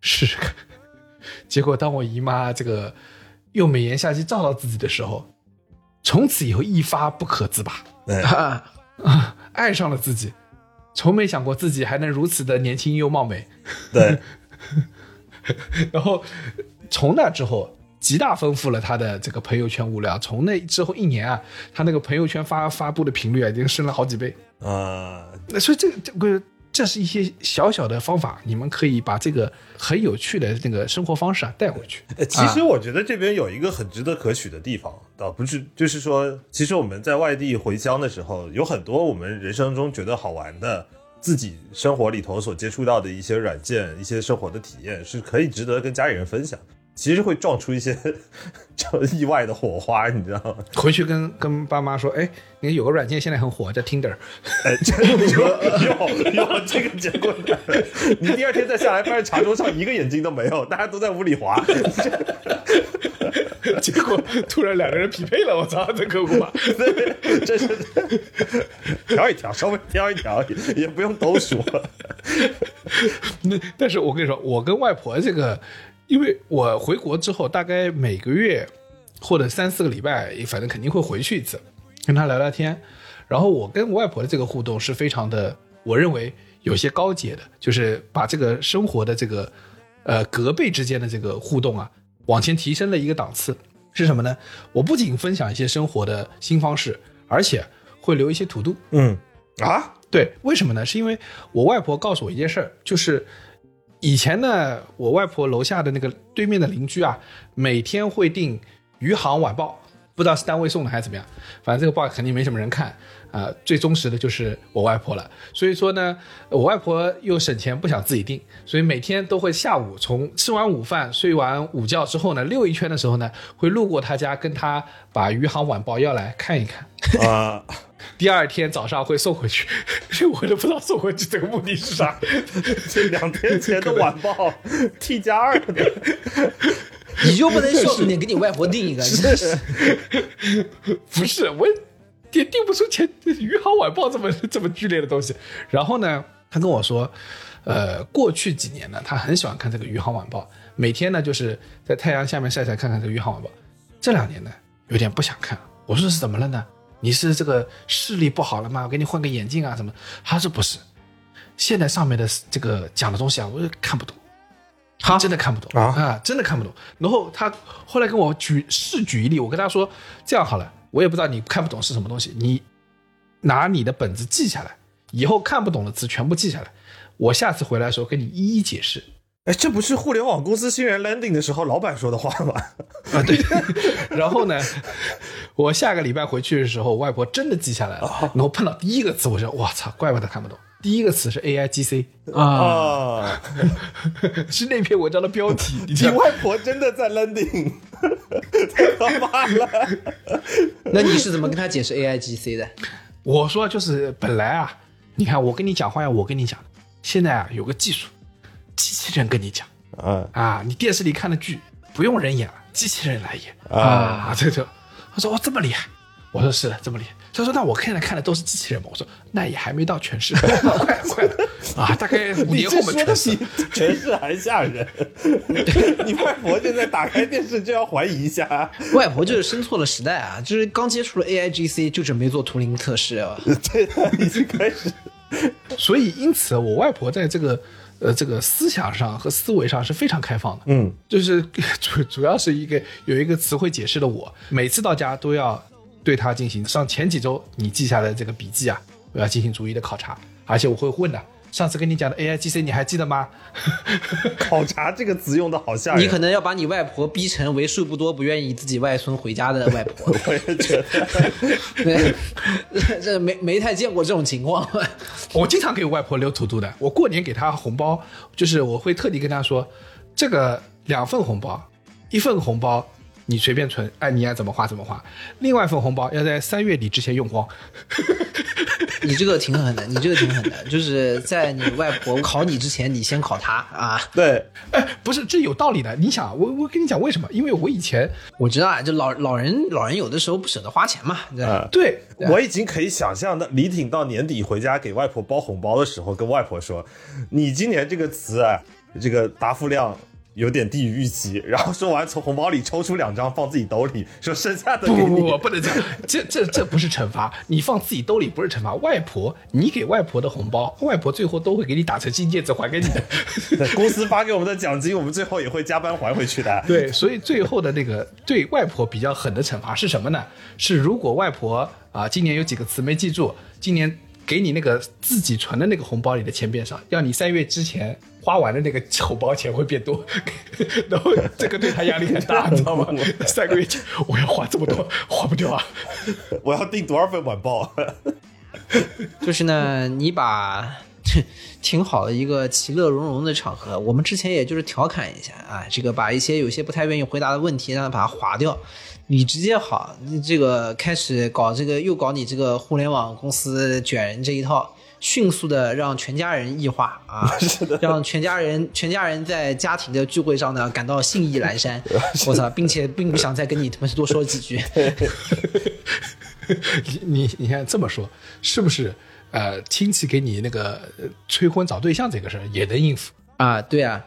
试试看。结果当我姨妈这个用美颜相机照到自己的时候，从此以后一发不可自拔。
啊，
爱上了自己，从没想过自己还能如此的年轻又貌美。
对，
然后从那之后，极大丰富了他的这个朋友圈物料。从那之后一年啊，他那个朋友圈发发布的频率啊，已经升了好几倍。
啊、
那所以这个这个这是一些小小的方法，你们可以把这个很有趣的那个生活方式啊带回去。
呃其实我觉得这边有一个很值得可取的地方，倒不是就是说，其实我们在外地回乡的时候，有很多我们人生中觉得好玩的，自己生活里头所接触到的一些软件、一些生活的体验，是可以值得跟家里人分享。其实会撞出一些 这种意外的火花，你知道吗？
回去跟跟爸妈说，哎，你有个软件现在很火，叫 Tinder。
哎，真 的有有这个结果的， 你第二天再下来，发现茶桌上一个眼睛都没有，大家都在屋里 滑。
结果突然两个人匹配了，我操，这可恶 吧！
对，这是调一调，稍微调一调，也不用都说。
那但是我跟你说，我跟外婆这个，因为我回国之后，大概每个月或者三四个礼拜，反正肯定会回去一次，跟她聊聊天。然后我跟我外婆的这个互动是非常的，我认为有些高阶的，就是把这个生活的这个呃隔辈之间的这个互动啊，往前提升了一个档次。是什么呢？我不仅分享一些生活的新方式，而且会留一些土度。
嗯 啊，
对，为什么呢？是因为我外婆告诉我一件事儿，就是以前呢，我外婆楼下的那个对面的邻居啊，每天会订《余杭晚报》，不知道是单位送的还是怎么样，反正这个报肯定没什么人看啊、最忠实的就是我外婆了，所以说呢，我外婆又省钱，不想自己订，所以每天都会下午从吃完午饭、睡完午觉之后呢，溜一圈的时候呢，会路过她家，跟她把《余杭晚报》要来看一看。
啊，
第二天早上会送回去， 我都不知道送回去这个目的是啥。
这两天前的晚报 T 加二的，
你就不能孝顺点，给你外婆订一个？真是
不是我也定 不出前《余杭晚报》这么这么剧烈的东西。然后呢，他跟我说，呃，过去几年呢，他很喜欢看这个《余杭晚报》，每天呢就是在太阳下面晒晒看看这个《余杭晚报》。这两年呢，有点不想看了。我说是怎么了呢？你是这个视力不好了吗？我给你换个眼镜啊什么？他说不是，现在上面的这个讲的东西啊，我看不懂。他真的看不懂啊真的看不懂。然后他后来跟我举试举一例，我跟他说这样好了，我也不知道你看不懂是什么东西，你拿你的本子记下来，以后看不懂的词全部记下来，我下次回来的时候跟你一一解 释。
哎，这不是互联网公司新人 landing 的时候老板说的话吗？
啊，对。然后呢，我下个礼拜回去的时候，外婆真的记下来了。
啊
然后碰到第一个词，我说哇操，怪不得看不懂。第一个词是 A I G C，
啊，
啊，
是那篇文章的标题。你知
你
道吗
外婆真的在 landing，太可怕了。
那你是怎么跟他解释 A I G C 的？
我说就是本来啊，你看我跟你讲话呀，我跟你讲，现在啊有个技术，机器人跟你讲
啊
啊，你电视里看的剧不用人演了，机器人来演
啊，
啊，这就他说哦这么厉害，我说是的这么厉害，他说那我现在看的都是机器人嘛，我说那也还没到全是，快了 快了啊，大概 五
你
年后
这
我
说
们全
的
是
比。全是还吓人。你外婆现在打开电视就要怀疑一下，
外婆就是生错了时代啊，就是刚接触了 A I G C 就准备做图灵测试啊。
这她已经开始。
所以因此，我外婆在这个呃这个思想上和思维上是非常开放的。
嗯，
就是 主主要是一个有一个词汇解释的我，每次到家都要对它进行上前几周你记下来的这个笔记啊，我要进行逐一的考察，而且我会问的、上次跟你讲的 AI GC 你还记得吗？
考察这个词用的好吓人。
你可能要把你外婆逼成为数不多不愿意自己外孙回家的外婆，
我也觉得，
对，这没没太见过这种情况。
我经常给我外婆留土豆的，我过年给她红包，就是我会特地跟她说，这个两份红包，一份红包你随便存，哎，你爱怎么花怎么花，另外一份红包要在三月底之前用光。
你这个挺狠的，你这个挺狠的，就是在你外婆考你之前，你先考她啊。
对，
哎，不是，这有道理的。你想，我我跟你讲为什么？因为我以前
我知道啊，就老老人老人有的时候不舍得花钱嘛，对吧？
啊
对
我已经可以想象，那李挺到年底回家给外婆包红包的时候，跟外婆说：“你今年这个词啊，这个答复量有点低于预期，然后说完从红包里抽出两张放自己兜里，说剩下的
不
给
不
你
不，。不能这样，这这这不是惩罚，你放自己兜里不是惩罚。外婆，你给外婆的红包，外婆最后都会给你打成金戒指还给你的。
对 公司发给我们的奖金，我们最后也会加班还回去的。
对，所以最后的那个对外婆比较狠的惩罚是什么呢？是如果外婆啊今年有几个词没记住，今年给你那个自己存的那个红包里的钱变少，要你三月之前花完的那个红包钱会变多， 然后这个对他压力很大， 你知道吗？三个月前我要花这么多，花不掉啊。
我要订多少份晚报？
就是呢，你把 挺好的一个其乐融融的场合，我们之前也就是调侃一下啊，这个把一些有些不太愿意回答的问题，让他把它划掉。你直接好，你这个开始搞这个，又搞你这个互联网公司卷人这一套，迅速的让全家人异化啊，让全家人全家人在家庭的聚会上呢感到兴意阑珊。我操，并且并不想再跟你他妈多说几句。
你你你看这么说，是不是？呃，亲戚给你那个呃催婚找对象这个事儿也能应付，
啊，对啊，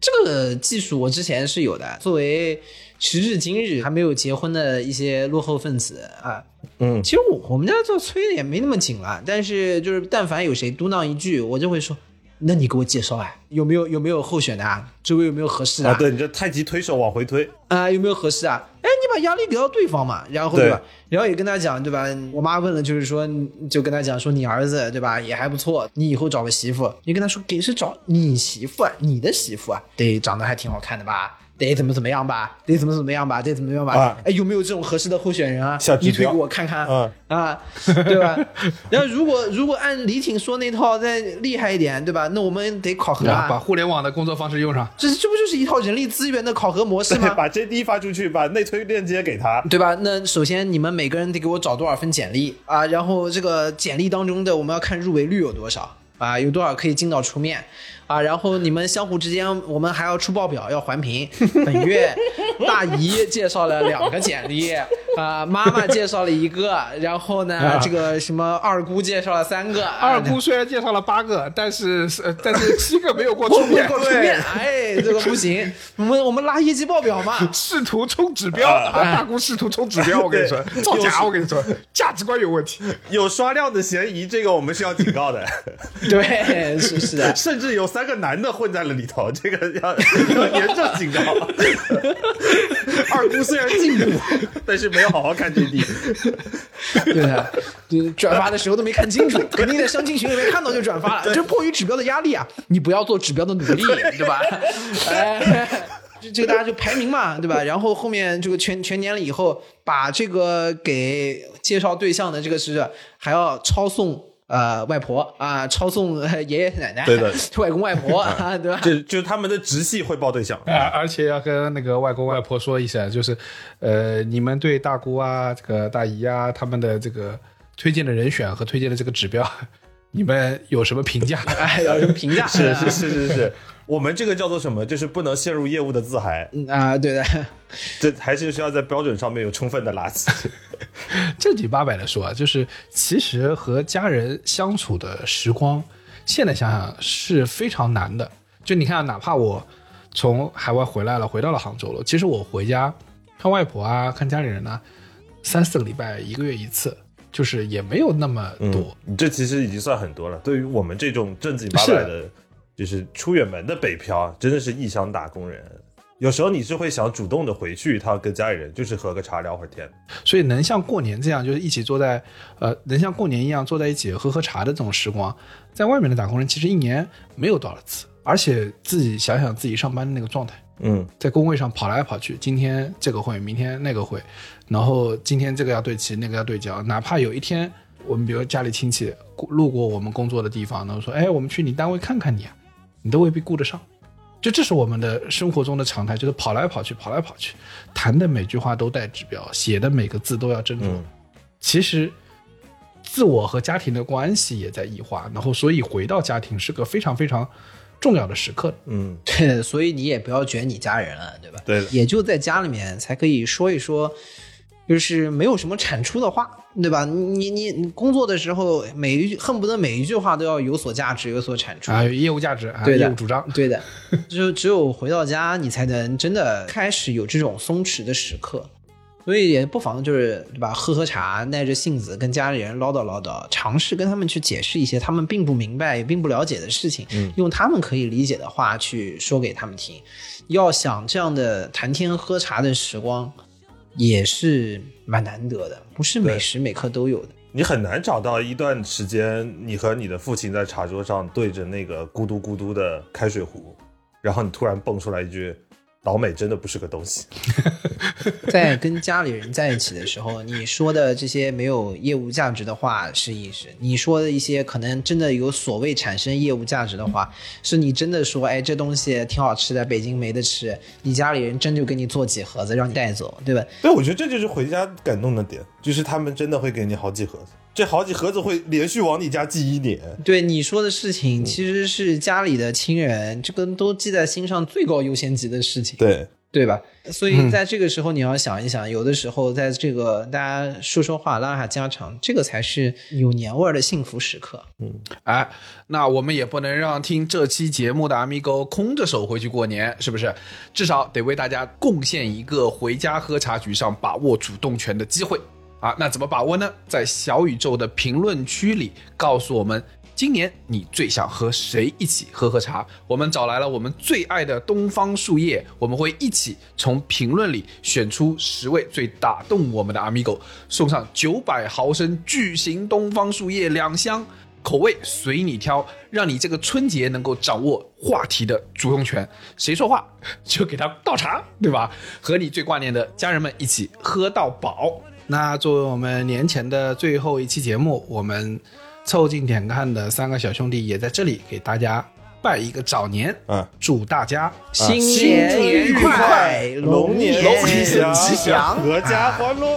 这个技术我之前是有的。作为时至今日还没有结婚的一些落后分子啊，
嗯
其实我我们家做催的也没那么紧了，但是就是但凡有谁嘟囔一句，我就会说，那你给我介绍啊，有没有有没有候选的啊？周围有没有合适的
啊，对你这太极推手往回推，
啊，有没有合适啊？哎，你把压力给到对方嘛，然后
对
对吧？然后也跟他讲，对吧？我妈问了，就是说，就跟他讲说，你儿子对吧，也还不错，你以后找个媳妇，你跟他说，给是找你媳妇啊，你的媳妇啊，得长得还挺好看的吧？得怎么怎么样吧？得怎么怎么样吧？得怎么样吧？
啊
哎，有没有这种合适的候选人啊
小？指
你推
标
给我看看。
嗯
啊，对吧？ 然后如果如果按李挺说那套再厉害一点，对吧？那我们得考核
然后把
啊，
互联网的工作方式用上。
这这不就是一套人力资源的考核模式
对
吗？
把 JD 发出去，把内推链接给他。
对吧？那首先你们每个人得给我找多少份简历啊？然后这个简历当中的我们要看入围率有多少啊？有多少可以进到出面啊？然后你们相互之间，我们还要出报表，要环评。本月大姨介绍了两个简历啊，妈妈介绍了一个，然后呢，这个什么二姑介绍了三个，啊
二姑虽然介绍了八个，但是呃但是七个没有过 出面，
过出面，哎，这个不行，我们我们拉业绩报表 嘛。
试图冲指标，啊大姑试图冲指 标，我跟你说，造假，我跟你说，价值观有问题。
有刷量的嫌疑，这个我们是要警告的。
对，是是的，
甚至有三个男的混在了里头，这个要要严正 警告。二姑虽然进步，但是没有好好看 JD。
对啊，就转发的时候都没看 清楚，肯定在相亲群里面看到就转发了，这迫于指标的压力啊，你不要做指标的努 力，对吧？哎， 这这个大家就排名嘛，对吧？然后后面这个全全年了以后，把这个给介绍对象的这个是还要抄送。呃，外婆啊、抄送呃爷爷奶奶，
对的，
外公外婆啊，对吧？
这就是他们的直系汇报对象。
啊，而且要跟那个外公外婆说一声，就是，呃，你们对大姑啊、这个大姨啊他们的这个推荐的人选和推荐的这个指标， 你们有什么评 价？
哎，要有人评价
是是是是是，我们这个叫做什么？就是不能陷入业务的自嗨，
嗯啊，对的，
这还是需要在标准上面有充分的拉起。
正经八百的说啊，就是其实和家人相处的时光，现在想想是非常难的。就你看啊，哪怕我从海外回来了，回到了杭州了，其实我回家看外婆啊，看家里人啊，三四个礼拜，一个月一次，就是也没有那么多。
嗯，这其实已经算很多了。对于我们这种正经八百的，就是出远门的北漂，真的是异乡打工人。有时候你是会想主动的回去一趟，跟家里人就是喝个茶聊会儿天。
所以能像过年这样，就是一起坐在，呃，能像过年一样坐在一起喝喝茶的这种时光，在外面的打工人其实一年没有多少次，而且自己想想自己上班的那个状态。
嗯，
在工位上跑来跑去，今天这个会，明天那个会，然后今天这个要对齐，那个要对焦。哪怕有一天，我们比如家里亲戚过路过我们工作的地方，然后说：“哎，我们去你单位看看你、啊。”你都未必顾得上。就这是我们的生活中的常态，就是跑来跑去，跑来跑去，谈的每句话都带指标，写的每个字都要斟酌。
嗯
其实，自我和家庭的关系也在异化，然后所以回到家庭是个非常非常重要的时刻。
嗯，
对，所以你也不要卷你家人了，对吧？
对的
也就在家里面才可以说一说，就是没有什么产出的话，对吧？你你你工作的时候，每一句恨不得每一句话都要有所价值，有所产出。
啊，有业务价值啊，
对的
业务主张，
对的， 就只有回到家，你才能真的开始有这种松弛的时刻。所以也不妨就是对吧，喝喝茶，耐着性子跟家里人唠叨唠叨，尝试跟他们去解释一些他们并不明白也并不了解的事情，用他们可以理解的话去说给他们听。要想这样的谈天喝茶的时光，也是蛮难得的，不是每时每刻都有的。
你很难找到一段时间，你和你的父亲在茶桌上对着那个咕嘟咕嘟的开水壶，然后你突然蹦出来一句：“老美真的不是个东西。
在跟家里人在一起的时候，你说的这些没有业务价值的话是一时，你说的一些可能真的有所谓产生业务价值的话，是你真的说，哎，这东西挺好吃的，北京没得吃，你家里人真就给你做几盒子让你带走，对吧？”
对，我觉得这就是回家感动的点，就是他们真的会给你好几盒子，这好几盒子会连续往你家寄一年。
对你说的事情，其实是家里的亲人，这个都记在心上最高优先级的事情。
对，
对嗯吧？所以在这个时候，你要想一想，有的时候在这个大家说说话、拉下家常，这个才是有年味儿的幸福时刻。
哎，那我们也不能让听这期节目的阿米狗空着手回去过年，是不是？至少得为大家贡献一个回家喝茶局上把握主动权的机会啊！那怎么把握呢？在小宇宙的评论区里告诉我们。今年你最想和谁一起喝喝茶？我们找来了我们最爱的东方树叶，我们会一起从评论里选出十位最打动我们的阿米狗，送上九百毫升巨型东方树叶两箱，口味随你挑，让你这个春节能够掌握话题的主动权。谁说话 就给他倒茶，对吧？和你最挂念的家人们一起喝到饱。那作为我们年前的最后一期节目，我们凑近点看的三个小兄弟也在这里给大家拜一个早年，
嗯，
祝大家
新
新年愉快
龙
年
龙
吉
年吉祥。
阖家欢乐。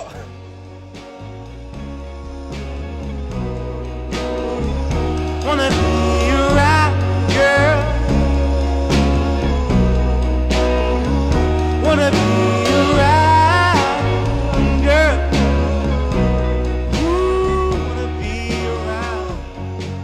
wanna be a right girl. Wanna be a right girl. Ooh, wanna be around.